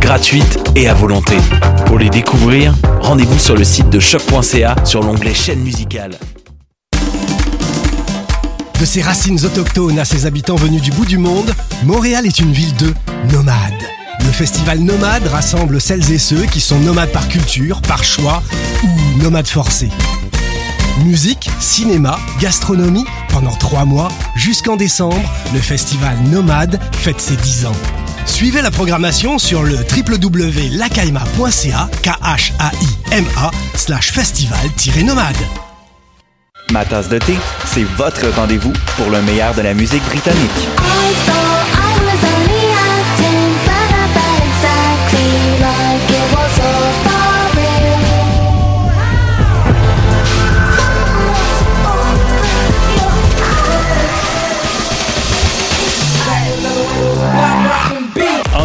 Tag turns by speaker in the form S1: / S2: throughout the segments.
S1: gratuites et à volonté. Pour les découvrir, rendez-vous sur le site de choc.ca sur l'onglet chaîne musicale.
S2: De ses racines autochtones à ses habitants venus du bout du monde, Montréal est une ville de nomades. Le festival Nomade rassemble celles et ceux qui sont nomades par culture, par choix ou nomades forcés. Musique, cinéma, gastronomie, pendant trois mois, jusqu'en décembre, le festival Nomade fête ses 10 ans. Suivez la programmation sur le www.lacaima.ca, k h a i m a slash festival-nomade.
S3: Ma tasse de thé, c'est votre rendez-vous pour le meilleur de la musique britannique.
S4: En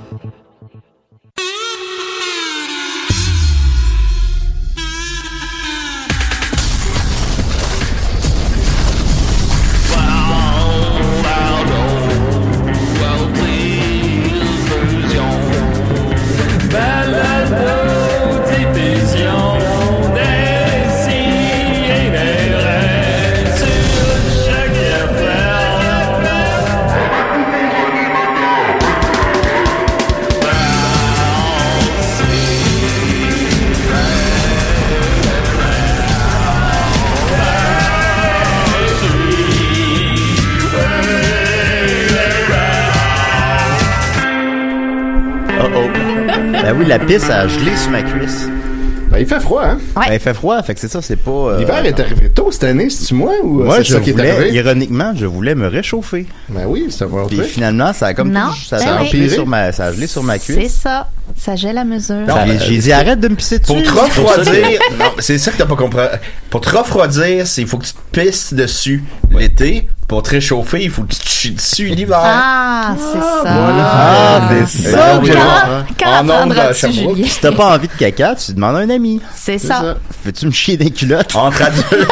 S5: Oh oh. Ben oui, la pisse a gelé sur ma cuisse.
S6: Ben, il fait froid, hein?
S5: Ben, il fait froid, fait que c'est ça, c'est pas. euh,
S6: L'hiver est arrivé tôt cette année, c'est-tu moi ou euh,
S5: Moi,
S6: c'est
S5: je
S6: ça qui est
S5: voulais,
S6: arrivé?
S5: ironiquement, je voulais me réchauffer.
S6: Ben oui, ça va
S5: Puis
S6: entrer.
S5: finalement, ça a comme
S7: Non,
S5: ça
S7: ben
S5: a
S7: oui.
S5: gelé sur ma, ça a gelé sur ma
S7: C'est
S5: cuisse.
S7: ça. Ça gèle à mesure.
S5: Ça-
S6: Non,
S5: J'ai dit arrête de me pisser dessus.
S8: Pour te refroidir, non, c'est ça que t'as pas compris. Pour te refroidir, c'est il faut que tu te pisses dessus l'été. Pour te réchauffer, il faut que tu te chies dessus l'hiver.
S7: Ah, c'est ça.
S5: Ah, c'est
S6: C'est Ben
S5: ça.
S6: bon, j'ai-
S7: Quand, quand
S6: En ondes, à
S7: apprendras-tu,
S6: Sherbrooke.
S7: Julien?
S5: Si t'as pas envie de caca, tu demandes à un ami.
S7: C'est ça.
S5: Veux-tu me chier des culottes?
S8: Entre adultes.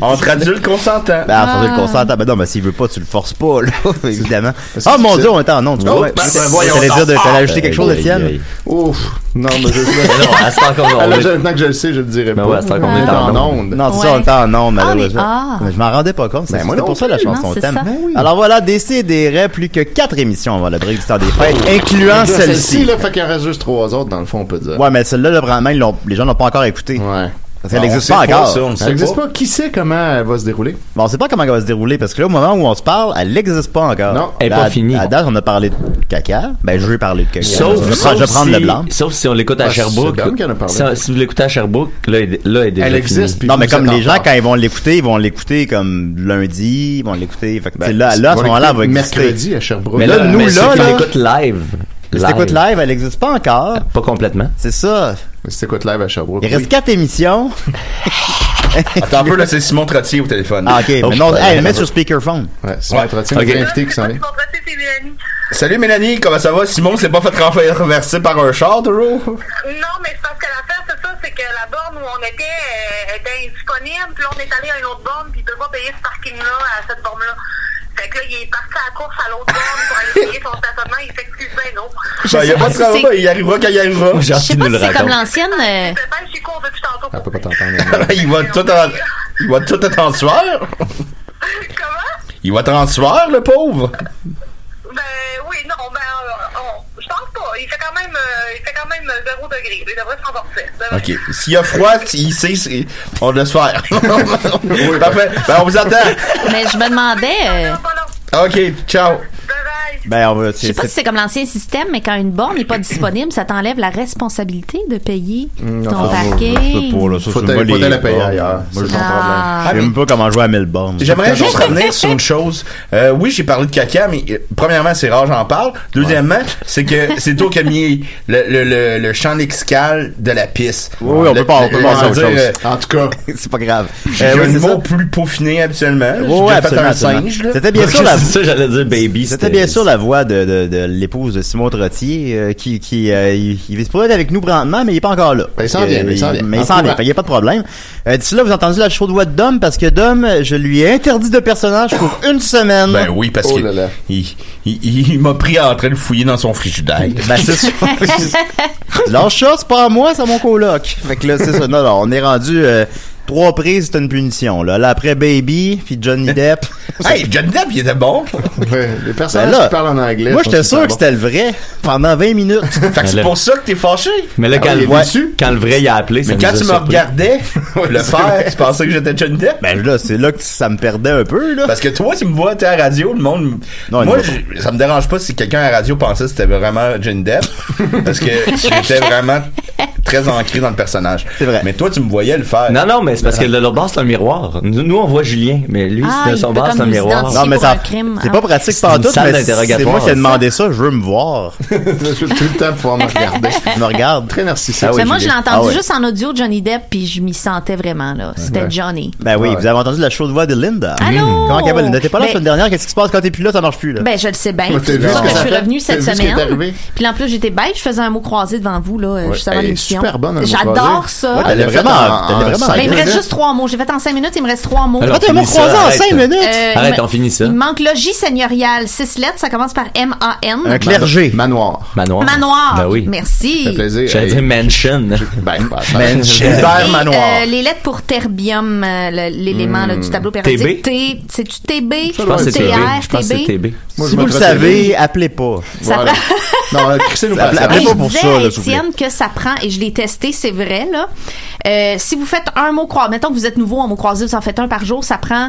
S8: Entre adultes consentants.
S5: Ben, ah. faudrait le consentant. Ben non, mais s'il veut pas, tu le forces pas, là, évidemment.
S6: Parce que
S5: Ah, mon
S6: c'est-
S5: dieu, on est en onde. tu
S6: Oh,
S5: vois.
S6: ben,
S5: C'est-
S8: voyons
S5: T'allais dire, de-
S8: donc.
S5: t'allais ajouter quelque chose, Étienne?
S6: Ouf. Non, mais je je-
S9: non, à ce temps qu'on
S6: Ah, là,
S9: on est-
S6: je- maintenant que je le sais, je le dirai
S9: Ben
S6: pas.
S9: ouais, à ce temps qu'on
S6: On
S9: est en
S6: onde.
S5: Non, c'est
S7: Ouais.
S5: ça, on est en onde,
S7: Ah, mais-
S5: malheureusement.
S7: ah.
S5: Mais je m'en rendais pas compte.
S6: Ben,
S5: c'est-
S6: moi
S5: C'était
S6: non
S5: pour ça la
S6: plus.
S5: chanson
S7: Non, c'est
S5: thème.
S7: ça. Ben
S5: Alors voilà, décidérez plus que quatre émissions avant le break du temps des fêtes, incluant
S6: Celle-ci,
S5: celle-ci.
S6: là, fait qu'il en reste juste trois autres, dans le fond, on peut dire.
S5: Ouais, mais celle-là, là, vraiment, ils l'ont- les gens l'ont pas encore écoutée.
S6: Ouais.
S5: Parce qu'elle
S8: On
S5: n'existe
S8: sait
S5: pas encore.
S8: ça, on
S6: Ça
S8: sait
S6: n'existe
S8: pas.
S6: pas. Qui sait comment elle va se dérouler?
S5: Bon, on sait pas comment elle va se dérouler parce que là, au moment où on se parle, elle n'existe pas encore.
S6: Non.
S9: Elle est
S5: Là,
S9: pas
S5: à-
S9: finie.
S5: À date, on a parlé de caca. Ben, je vais parler de caca.
S9: Sauf,
S5: je vais,
S9: sauf
S5: je vais prendre
S9: si,
S5: le blanc.
S9: Sauf si on l'écoute à
S6: Ah, c'est
S9: Sherbrooke.
S6: Dan qui en a parlé.
S9: Si, si vous l'écoutez à Sherbrooke, là, elle est- là, elle est déjà
S6: Elle existe.
S9: finie.
S6: puis
S5: Non, mais
S6: vous
S5: comme
S6: êtes
S5: les gens,
S6: encore.
S5: quand ils vont l'écouter, ils vont l'écouter comme lundi, ils vont l'écouter. Fait que, tu sais,
S8: Ben,
S5: là, là, à ce
S6: On
S5: moment-là, elle va
S6: l'écoute
S5: exister.
S6: Mercredi à Sherbrooke.
S5: Mais là, nous,
S9: mais ceux
S5: là,
S9: qui
S5: là-
S9: l'écoutent live.
S5: Si t'écoutes live, elle n'existe pas encore.
S9: Pas complètement.
S5: C'est ça.
S6: C'est quoi de live à Sherbrooke?
S5: Il
S6: Oui.
S5: reste quatre émissions.
S8: Attends un peu, là, c'est Simon Trottier au téléphone.
S5: Ah, ok.
S8: Oh,
S5: mais non,
S8: je-
S5: hey, mets sur speakerphone.
S6: Ouais, c'est un entretien
S9: Ok.
S6: avec l'invité qui s'en est.
S8: Salut Mélanie, comment ça va? Simon s'est pas fait renverser par un char, toujours?
S10: Non, mais c'est parce que l'affaire, c'est ça, c'est que la borne où on était euh, était indisponible, puis là, on est allé à une autre borne, puis il devait pas payer ce parking-là, à cette borne-là. Fait que là, il est parti à la course à l'autre borne pour aller payer son stationnement, il s'excuse bien, non.
S8: Ben, il
S7: Je
S8: y
S7: sais
S8: a pas
S7: pas
S8: de
S7: si c'est...
S8: travail, il arrivera quand il arrivera.
S9: J'ai
S7: Je sais
S9: envie de nous
S7: pas
S9: le
S7: si c'est comme
S9: raconter.
S7: l'ancienne... euh,
S10: Je sais pas, je suis court depuis tantôt.
S6: Elle peut pas t'entendre.
S8: il va tout en, il va tout être en sueur. Il va être en sueur, le pauvre.
S11: Oui, non, ben, euh, on- je pense pas. Il fait quand même, euh, il fait quand même 0 degré. Il devrait Ben s'en sortir. Il devrait-
S8: OK. S'il y a froid, il sait, c'est- on doit se faire. Parfait. Ben, on vous attend.
S7: Mais je me demandais, euh,
S8: OK, ciao.
S5: Ben, on va.
S7: je sais pas si c'est comme l'ancien système, mais quand une borne n'est pas disponible, ça t'enlève la responsabilité de payer ton
S5: Non, ça, moi,
S7: parquet.
S5: Mm, je sais pas, là, ça,
S8: Faut
S5: c'est
S8: t'a-
S5: moi,
S8: faut
S5: les-
S8: t'aller payer
S5: Ah,
S8: ailleurs.
S5: moi, j'ai
S7: Ah.
S5: mon problème.
S8: Ah,
S5: Je sais
S8: mais-
S5: même pas comment jouer à Melbourne.
S8: J'aimerais juste revenir sur une chose. Euh, oui, j'ai parlé de caca, mais euh, premièrement, c'est rare, j'en parle. Deuxièmement, c'est que c'est toi qui as mis le, le, le, le champ lexical de la pisse.
S5: Oui, oui, on
S8: Le-
S5: peut pas, on
S8: le-
S5: peut passer à autre
S8: dire,
S5: chose.
S8: euh,
S5: En tout cas, c'est pas grave.
S8: J'ai
S5: Euh,
S8: un
S5: oui, c'est
S8: mot
S5: ça.
S8: plus peaufiné habituellement. J'ai
S5: Ouais,
S8: déjà fait
S5: absolument,
S8: un
S5: absolument.
S8: singe, là.
S5: C'était bien sûr la
S9: ça, j'allais dire baby.
S5: C'était bien sûr la voix de, de, de l'épouse de Simon Trottier euh, qui, qui euh, il, il se pourrait être avec nous présentement, mais il est pas encore là.
S6: Ben, il s'en
S5: Euh,
S6: vient, mais il s'en vient.
S5: Mais
S6: En
S5: il s'en
S6: courant.
S5: vient, fait qu'il y a pas de problème. Euh, D'ici là, vous entendez la chaude voix de Dom parce que Dom, euh, je lui ai interdit de personnage pour une semaine.
S8: Ben oui,
S5: Oh
S8: parce que il, il- il m'a pris en train de fouiller dans son frigidaire.
S5: Ben, c'est sûr. Lâche ça, c'est pas à moi, c'est à mon coloc. Fait que là, c'est ça. Non, non, on est rendu euh, trois prises, c'est une punition. Là, Là, après Baby, puis Johnny Depp. Ben
S8: hey, Johnny Depp, il était bon.
S6: les personnages qui parlent en anglais
S5: Moi,
S6: sont
S5: j'étais
S6: super
S5: sûr que
S6: bons.
S5: c'était le vrai pendant 20 minutes.
S6: Ah,
S8: Fait que c'est pour ça que t'es fâché. Ah
S9: Mais là, quand, le,
S5: voit
S9: vrai- quand le vrai il a appelé, ça
S5: Mais
S9: nous
S5: quand
S9: a
S5: tu me
S9: surpris.
S8: regardais le faire, tu pensais que j'étais Johnny Depp?
S5: Ben là, c'est là que ça me perdait un peu,
S7: Ben,
S5: là.
S8: Parce que toi, tu me vois, t'es à la radio, le monde. m-
S5: Non, il
S8: moi,
S5: me voit
S8: je- ça me dérange pas si quelqu'un à la radio pensait que c'était vraiment Johnny Depp. parce que j'étais vraiment très ancré dans le personnage. C'est vrai. Mais toi, tu me voyais le faire.
S9: Non, non, mais c'est parce que de l'autre bord, c'est un miroir. Nous, nous, on voit Julien, mais lui,
S7: Ah,
S9: c'est de
S7: il
S9: son
S7: peut
S9: bord,
S7: comme
S9: c'est un
S7: nous
S9: miroir.
S7: identifier pour un crime.
S5: C'est
S7: Ah
S5: pas
S7: ouais.
S5: pratique
S9: C'est
S5: pas
S9: une
S5: tout,
S9: salle
S5: mais
S9: d'interrogatoire,
S5: c'est moi qui ai
S9: ça.
S5: demandé ça, je veux me voir.
S6: je veux tout le temps pouvoir me regarder.
S5: me regarde. Très
S6: narcissique.
S8: Ah
S7: Mais moi, je
S9: ah
S7: l'ai entendu juste en audio Johnny Depp, puis je m'y sentais vraiment, là. C'était
S5: Ouais.
S7: Johnny.
S5: Ben oui, vous avez entendu la chaude voix de Linda. Mmh.
S7: Allô?
S5: Comment qu'elle va, Linda? T'es pas là la
S7: Ben-
S5: semaine dernière, qu'est-ce qui se passe quand t'es plus là, ça marche plus, là?
S7: Ben, je le sais bien.
S5: Mais t'as
S7: C'est
S5: vu
S7: pour
S5: ce
S7: ça
S5: que
S7: que je
S5: ça
S7: suis
S5: fait?
S7: revenue cette
S5: T'as vu ce qui est
S7: semaine.
S5: arrivé?
S7: Puis en plus, j'étais bête, je faisais un mot croisé devant vous, là,
S5: Ouais.
S7: juste avant
S5: Elle est
S7: l'émission.
S5: super bonne, un mot
S7: J'adore
S5: croisé.
S7: ça.
S5: Ouais, elle est vraiment- elle est vraiment
S7: Mais il me
S5: agréable.
S7: reste juste trois mots. J'ai fait en cinq minutes, il me reste trois mots. Euh,
S9: Alors, Ah, t'as un mot finis ça, croisé en arrête. cinq minutes? Arrête,
S7: il me-
S9: on finit ça.
S7: Il me manque logis seigneurial. Six lettres, ça commence par M-A-N.
S6: Manoir.
S9: Manoir.
S7: Manoir.
S9: Ben oui.
S7: Merci. Ça fait plaisir.
S9: J'allais dire mansion.
S6: Ben,
S9: mansion.
S7: Et, euh, les lettres pour terbium, euh, le- l'élément là,
S5: Hmm.
S7: du tableau
S9: TB?
S7: périodique. T, c'est-tu TB?
S9: Je pense que c'est TB.
S7: TR,
S9: Je pense que c'est TB.
S5: si vous le savez, appelez pas.
S7: Ça
S5: Voilà.
S6: non, euh, crissez-nous pas.
S5: Appelez-
S6: ça.
S5: appelez
S7: Hey,
S5: pas
S7: je
S5: pour
S7: disais
S5: ça,
S7: à
S5: là, s'il vous plaît.
S7: Étienne que ça prend, et je l'ai testé, c'est vrai, là. Euh, si vous faites un mot croisé, mettons que vous êtes nouveau en mot croisé, vous en faites un par jour, ça prend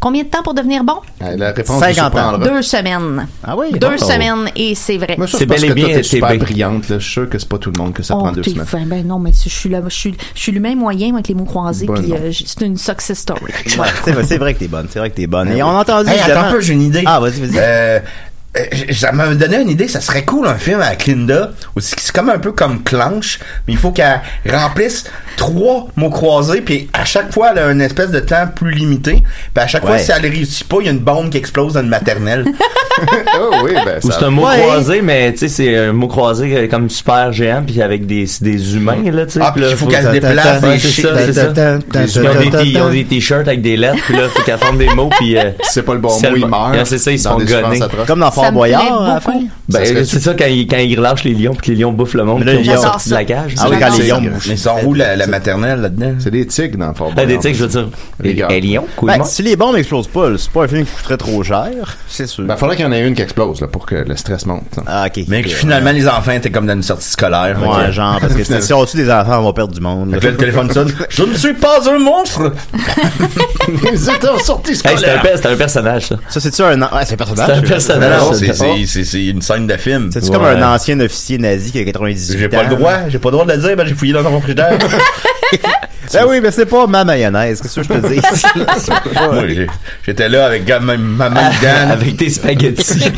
S7: combien de temps pour devenir bon?
S6: Ouais, La réponse vous
S5: 50 ans.
S6: surprendra.
S7: Deux semaines.
S5: ben. Ah oui?
S7: Deux
S6: Oh.
S7: semaines, et c'est vrai.
S6: Moi, ça, c'est bel et bien. T'es super brillante, là. Je suis sûr que c'est pas tout le monde que ça
S7: Oh,
S6: prend deux
S7: t'es
S6: semaines.
S7: fin, ben non, mais je suis là, je suis, je suis l'humain moyen avec les mots croisés,
S6: Ben
S7: puis
S6: non.
S7: euh, j- c'est une success story.
S5: Ouais, c'est vrai, c'est vrai que t'es bonne, c'est vrai que t'es bonne.
S8: Hey,
S5: Et on a entendu,
S8: Hey,
S5: évidemment-
S8: attends un peu, j'ai une idée.
S5: Ah, vas-y, vas-y.
S8: Euh, euh, j- ça m'a donné une idée que ça serait cool un film avec Linda. où C'est c'est comme un peu comme Clanche, mais il faut qu'elle remplisse trois mots croisés, puis à chaque fois, elle a une espèce de temps plus limité. Puis à chaque fois,
S9: Ouais.
S8: si elle réussit pas, il y a une bombe qui explose dans une maternelle.
S6: oh oui, ben
S9: Ou c'est un mot croisé, mais tu sais, c'est un mot croisé euh, comme super géant, puis avec des, des humains, là, tu sais.
S8: Ah,
S9: Puis là,
S8: puis il faut qu'elle se déplace,
S9: Ouais,
S8: des
S9: c'est
S8: shit,
S9: ça, c'est ça.
S8: ta- ta- ta-
S9: Ils ont des-
S8: ta- ta-
S9: ils ont des t-shirts avec des lettres, puis là, faut qu'elle forme des mots, puis. euh,
S6: C'est pas le bon
S9: si
S6: mot,
S9: elle-
S6: il meurt.
S9: Ouais, C'est ça, ils se
S6: dans
S9: font
S6: des
S9: gonner.
S6: souffrances atroces.
S5: Comme dans Fort Boyard, à la fin.
S9: Ben, c'est ça quand ils, quand ils relâchent les lions, puis que les lions bouffent le monde,
S5: Mais là,
S9: puis
S5: les
S9: ils
S5: lions-
S9: sortent de la cage.
S5: Ah oui, quand les lions
S8: Mais ils sont où la, la maternelle là-dedans?
S6: C'est des tigres dans le fort.
S9: Ah, des tigres, je veux dire. Les lions, cool.
S5: Ben, si les bombes explosent pas, c'est pas un film qui coûterait trop cher, c'est sûr.
S6: Ben, faudrait qu'il y en ait une qui explose, là, pour que le stress monte.
S5: Ah, ok.
S8: Mais que finalement, les enfants étaient comme dans une sortie scolaire.
S5: Ouais, genre, parce que si- si on tue des enfants, on va perdre du monde.
S8: Fait que là, le téléphone sonne. Je ne suis pas un monstre!
S6: Ils étaient en sortie
S9: Hey, c'était un, per- c'était un personnage, ça.
S5: Ça, c'est-tu un. an- Ouais, c'est un personnage.
S9: C'est un personnage.
S8: Non, non, c'est- c'est- c'est- c'est une scène de film.
S5: C'est comme un ancien officier nazi qui a 98 ans.
S8: J'ai pas le droit, j'ai pas le droit de le dire, ben j'ai fouillé dans ton frigidaire.
S5: Ben oui, mais c'est pas ma mayonnaise, qu'est-ce que je te dis?
S8: Moi, j'ai- j'étais là avec ma, ma main dedans.
S9: Avec tes spaghettis.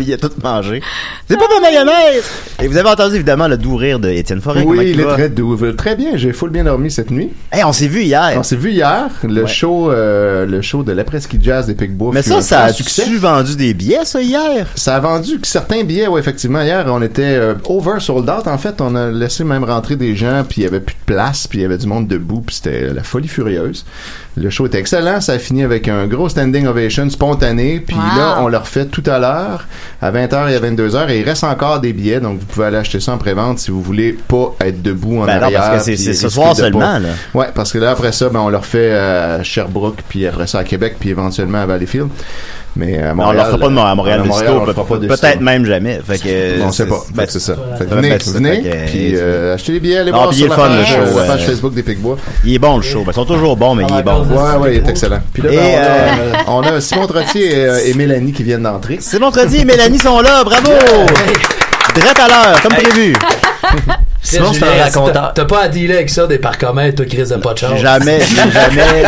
S5: Il a tout mangé. C'est pas ma mayonnaise! Et vous avez entendu évidemment le doux rire de Étienne Forêt. comment
S6: Oui, il est
S5: va?
S6: très doux. Très bien, j'ai full bien dormi cette nuit.
S5: Hey, on s'est vu hier.
S6: On s'est vu hier, le
S5: Ouais.
S6: show euh, le show de l'après-ski jazz des Picbois.
S5: Mais
S6: fut
S5: ça,
S6: un
S5: ça
S6: franc
S5: a tu vendu des billets, ça, hier?
S6: Ça a vendu que certains billets, oui, effectivement. Hier, on était euh, over sold out. En fait, on a laissé même rentrer des gens, puis il y avait
S8: avait plus de place, puis il y avait du monde debout, puis c'était la folie furieuse. Le show était excellent, ça a fini avec un gros standing ovation spontané, puis
S12: Wow.
S8: là, on le refait tout à l'heure, à 20h et à 22h, et il reste encore des billets, donc vous pouvez aller acheter ça en pré-vente si vous voulez pas être debout en
S5: Ben non,
S8: arrière.
S5: parce que c'est-
S8: puis
S5: c'est ce
S8: risquer
S5: soir
S8: de pas-
S5: seulement, là.
S8: Ouais, parce que là, après ça, ben, on le refait à Sherbrooke, puis après ça à Québec, puis éventuellement à Valleyfield. Mais à
S5: Non, on
S8: Montréal, euh,
S5: leur fera pas de Montréal, à Montréal,
S8: à Montréal,
S5: aussitôt,
S8: on le fera pas de
S5: peut-être
S8: sitôt.
S5: même jamais. Fait que,
S8: on sait pas.
S5: c'est-
S8: Fait que c'est ça. Fait que
S5: ben,
S8: venez,
S5: ben, c'est-
S8: venez,
S5: fait que-
S8: puis euh, achetez les billets, allez
S5: Non,
S8: voir
S5: puis
S8: sur
S5: il est
S8: la
S5: fun, le
S8: page,
S5: show,
S8: euh, la page
S5: euh,
S8: Facebook des Picbois.
S5: Il est bon le show. Ben, Ils sont toujours bons, mais il est bon.
S8: Ouais, ouais, il est excellent. Puis là, ben,
S5: Et,
S8: on, a,
S5: euh,
S8: on a Simon Trottier et, euh, et Mélanie qui viennent d'entrer.
S5: Simon Trottier et Mélanie sont là, bravo! Drette à l'heure, comme prévu. Sinon, c'est un
S13: Julien,
S5: raconteur.
S13: t'as- T'as pas à dealer avec ça des parcomètres, toi, Chris, de pas de chance.
S5: Jamais, j'ai jamais.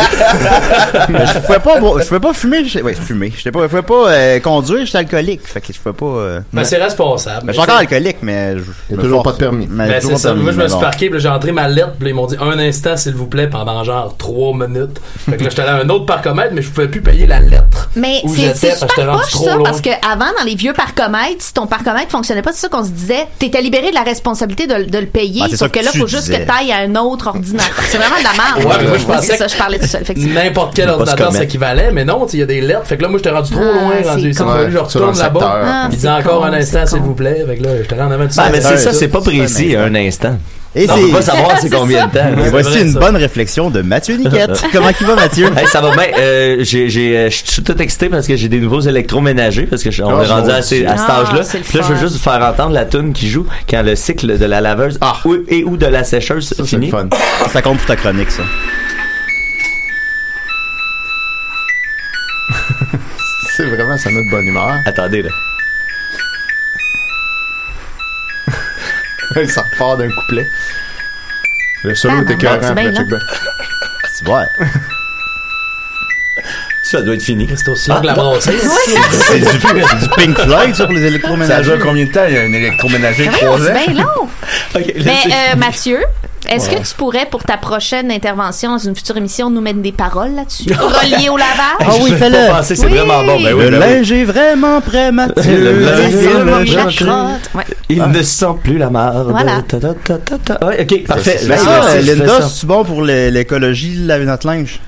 S5: Ben, je pouvais pas, bo- je pouvais pas fumer, je- ouais, fumer. J'étais pas, je pouvais pas euh, conduire, j'étais alcoolique. Fait que je pouvais pas. euh,
S13: Ben, c'est responsable.
S5: Ben, je suis encore alcoolique, mais je. Il
S8: toujours pas de permis.
S13: Ben, c'est ça. Moi, je me suis parqué, puis là, j'ai entré ma lettre, puis là, ils m'ont dit un instant, s'il vous plaît, pendant genre trois minutes. Fait que là, j'étais allé à un autre parcomètre, mais je pouvais plus payer la lettre.
S7: Mais
S13: Où
S7: c'est
S13: j'étais,
S7: c'est
S13: parce que j'étais
S7: super
S13: rendu
S7: proche
S13: trop
S7: ça,
S13: loin.
S7: parce qu'avant, dans les vieux parcomètres, si ton parcomètre fonctionnait pas, c'est ça qu'on se disait, t'étais libéré de la responsabilité de, le- de le payer,
S9: Bah,
S13: Ah, c'est ça
S7: sauf
S13: que
S7: que, là,
S13: tu
S7: faut juste
S13: disais.
S7: que t'ailles à un autre ordinateur. C'est vraiment de la merde.
S13: Ouais, mais moi, je
S7: C'est
S13: pensais
S7: ça,
S13: que-
S7: je parlais tout seul. effectivement.
S13: N'importe quel
S7: Il va se
S13: ordinateur
S7: commettre.
S13: s'équivalait, mais non, tu sais, il y a des lettres. Fait que là, moi, j'étais rendu trop
S7: Ah,
S13: loin,
S7: c'est
S13: rendu ici,
S7: con.
S13: fallu que je
S7: Ouais,
S5: selon
S13: retourne
S5: le
S13: là-bas.
S5: secteur. Ah,
S13: Il
S5: c'est
S13: disait encore
S5: con,
S13: un instant, s'il vous plaît. Fait que là, j'étais en avant du
S9: Ben,
S5: Ah, mais
S13: secteur.
S5: c'est ça, c'est pas précis,
S9: un instant.
S5: Et
S9: on
S5: c'est-
S9: peut pas savoir c'est
S5: C'est
S9: combien
S5: ça.
S9: de temps.
S5: Et voici une bonne réflexion de Mathieu Niquette. Comment il va, Mathieu?
S9: Hey, ça va bien. Euh, j'ai- j'ai, euh, Je suis tout excité parce que j'ai des nouveaux électroménagers parce que je- on
S5: Oh,
S9: est rendu
S5: mon
S9: à, ces-
S5: Dieu.
S9: à cet
S5: Ah,
S9: âge-là.
S5: c'est le
S9: Puis là, je veux
S5: fun.
S9: juste vous faire entendre la tune qui joue quand le cycle de la laveuse ah, ou- et ou de la sécheuse finit.
S5: Ça compte pour ta chronique, ça.
S8: C'est vraiment, ça met de bonne humeur.
S9: Attendez, là.
S8: ça repart d'un couplet. Le solo
S9: Ah,
S8: était
S9: maman,
S8: carré
S9: c'est bien
S8: après
S9: long.
S8: Chuck Bell.
S5: C'est vrai.
S9: Ça doit être fini. Ah,
S13: C'est aussi long que la
S9: non.
S13: brasserie.
S5: C'est du, c'est du Pink Floyd, ça, pour les
S14: Ça
S5: électroménagers.
S14: dure combien de temps, il y a un électroménager?
S7: Mais
S14: Trois
S7: non,
S14: ans?
S7: c'est bien long. Mais euh, Mathieu, est-ce
S14: Ouais.
S7: que tu pourrais, pour ta prochaine intervention dans une future émission, nous mettre des paroles là-dessus? Reliées au lavage?
S5: Ah oui, fais-le.
S9: c'est vraiment bon. Ben oui,
S5: le
S9: ben oui.
S5: linge est vraiment prêt, Mathieu.
S9: Le linge
S5: Il
S9: est vraiment
S5: sent la
S9: prêt.
S5: crotte.
S13: Ah.
S9: Il ne sent plus la marde.
S5: Voilà.
S9: Ta, ta, ta, ta, ta. Ouais, ok, parfait.
S5: Ben,
S9: Merci,
S5: ça,
S9: merci, je fais
S5: Linda,
S9: ça.
S5: c'est bon pour le- l'écologie, laver notre linge.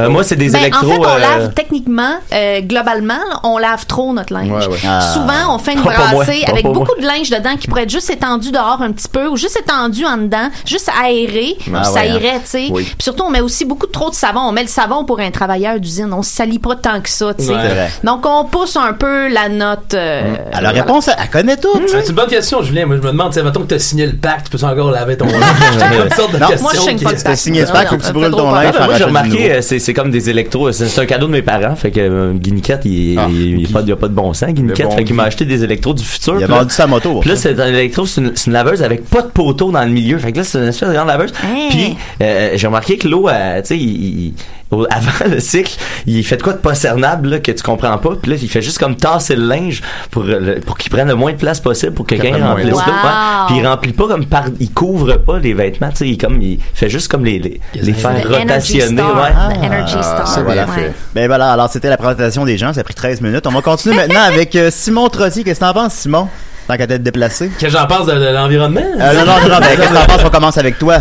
S9: Euh, moi, c'est des
S7: Ben,
S9: électros.
S7: en fait, on
S9: euh,
S7: lave techniquement, euh, globalement, là, on lave trop notre linge.
S9: Ouais, ouais. Ah.
S7: Souvent, on fait une
S9: Pas pour moi,
S7: brassée
S9: pas
S7: avec
S9: pour
S7: beaucoup de linge dedans qui pourrait être juste étendu dehors un petit peu ou juste étendu en dedans, juste aéré,
S15: Ah
S7: puis ça
S15: ouais, hein.
S7: irait, tu sais.
S15: Oui.
S7: Puis surtout, on met aussi beaucoup trop de savon. On met le savon pour un travailleur d'usine. On se salit pas tant que ça, tu sais.
S13: Ouais. C'est vrai.
S7: Donc, on pousse un peu la note.
S9: Mm.
S7: euh,
S5: La
S7: voilà.
S5: réponse, elle connaît tout.
S13: C'est une bonne question, Julien. Moi, je me demande, tu sais, mettons que t'as signé le pacte, peux-tu encore laver ton linge? C'est une sorte de
S5: Non,
S13: question
S5: moi, je signe
S13: qui-
S5: pas le pacte. T'as signé le pacte, faut que tu brûles ton
S9: Ah,
S5: linge,
S9: ben, moi, j'ai
S5: t'en rachètes du
S9: remarqué,
S5: nouveau.
S9: euh, c'est c'est comme des électros. euh, C'est c'est un cadeau de mes parents. Fait que euh, Guiniquette, il n'y
S8: Ah.
S9: a pas- il y a pas de bon sens, Guiniquette.
S5: bon
S9: fait qu'il m'a
S5: Guy.
S9: acheté des électros du futur.
S5: Il a
S9: Puis là-
S5: vendu sa moto.
S9: Puis là, c'est un électro, c'est une, c'est une laveuse avec pas de poteau dans le milieu. Fait que là, c'est une espèce de grande laveuse.
S7: hein.
S9: Puis, euh, j'ai remarqué que l'eau, euh, tu sais, il- il- au- avant le cycle, il fait de quoi de pas cernable là, que tu comprends pas. Puis là, il fait juste comme tasser le linge pour, euh, le- pour qu'il prenne le moins de place possible pour que
S5: Qu'il prenne
S9: quelqu'un remplisse l'eau.
S5: moins d'eau. Wow.
S9: Ouais. Puis il remplit pas comme par. Il couvre pas les vêtements. Tu sais, il, comme, il fait juste comme les, les, les faire
S5: The Energy
S9: rotationner.
S5: Star,
S9: ouais. Ah,
S5: The Energy Star,
S9: c'est
S5: ouais. Ben voilà, alors c'était la présentation des gens, ça a pris 13 minutes. On va continuer maintenant avec euh, Simon Trottier. Qu'est-ce que t'en penses, Simon? Tant qu'à t'être déplacé.
S13: Qu'est-ce que j'en pense de, de l'environnement?
S5: Euh, non, non, non, ben, qu'est-ce que t'en penses? On commence avec toi.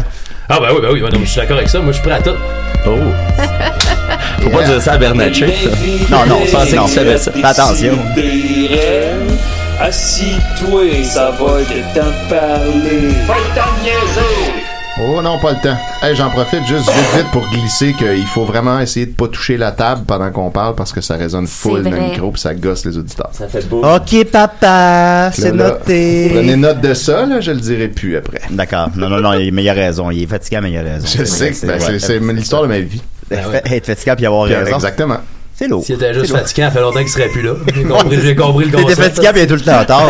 S13: Ah, ben oui, ben oui, ben non, je suis d'accord avec ça. Moi, je suis prêt à tout.
S9: Oh. Faut pas dire ça à Bernatchez.
S5: Non, non,
S9: je pensais
S5: non.
S9: que tu savais ça.
S5: Fais attention.
S16: Des rêves, assis-toi, ça va être temps de parler. Va t'en niaiser!
S8: Oh non, pas le temps. Hey, j'en profite juste vite vite pour glisser qu'il faut vraiment essayer de pas toucher la table pendant qu'on parle parce que ça résonne full dans le
S5: vrai.
S8: micro puis ça gosse les auditeurs. Ça fait beau.
S5: OK, papa, c'est
S8: Là, là,
S5: noté.
S8: prenez note de ça, là, je le dirai plus après.
S5: D'accord. Non, non, non, il- mais il a raison. Il est fatigué, mais il a raison.
S8: Je
S5: Ben,
S8: sais que ben, c'est- c'est l'histoire de ma vie.
S5: Être fatigué puis avoir
S8: Puis,
S5: raison.
S8: Exactement.
S5: C'est lourd.
S13: Ah S'il était juste
S5: C'est lourd.
S13: fatigué, il fait longtemps qu'il serait plus là. J'ai compris, j'ai compris le
S5: T'étais
S13: concept.
S5: fatigué puis il est tout le temps en retard.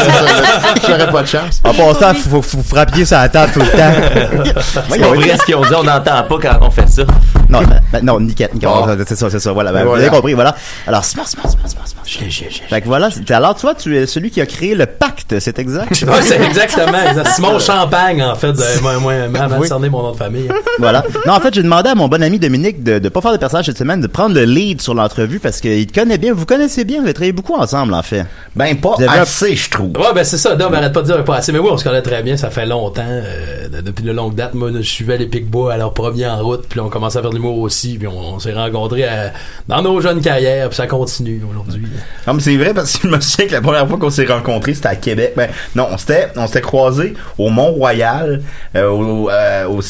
S8: J'aurais pas de chance.
S5: En passant, faut, faut, faut frapper sur la table tout le temps.
S9: C'est pas vrai ce qu'ils ont dit, on n'entend pas quand on fait ça.
S5: Non, ben, non, nickel, nickel.
S13: Ah.
S5: C'est ça, c'est ça. Voilà, ben, vous
S9: Voilà.
S5: avez compris, voilà. Alors, Simon, Simon, Simon, Simon, Simon. Fait que voilà, c'est- alors, tu vois, tu es celui qui a créé le pacte exact, c'est exact.
S13: Ouais, c'est exactement. Simon Champagne, en fait, euh, moi, moi, moi, avant de
S5: Oui.
S13: cerner mon nom de famille.
S5: voilà. Non, en fait, j'ai demandé à mon bon ami Dominique de ne pas faire de personnage cette semaine, de prendre le lead sur l'entrevue parce qu'il te connaît bien. Vous connaissez bien, vous avez travaillé beaucoup ensemble, en fait.
S8: Ben, pas assez, je trouve.
S13: Ouais, ben c'est ça. Non, mais arrête pas de dire pas assez. Mais oui, on se connaît très bien. Ça fait longtemps. euh, de- depuis de longue date, moi, je suivais les Picbois à leur premier en route. Puis on commençait à faire de l'humour aussi. Puis on, on s'est rencontrés à- dans nos jeunes carrières. Puis ça continue aujourd'hui.
S8: Non, mais c'est vrai parce que je me souviens que la première fois qu'on s'est rencontrés, c'était à Québec. Ben, non, on s'était, on s'était croisés au Mont-Royal, euh, au, euh, au, au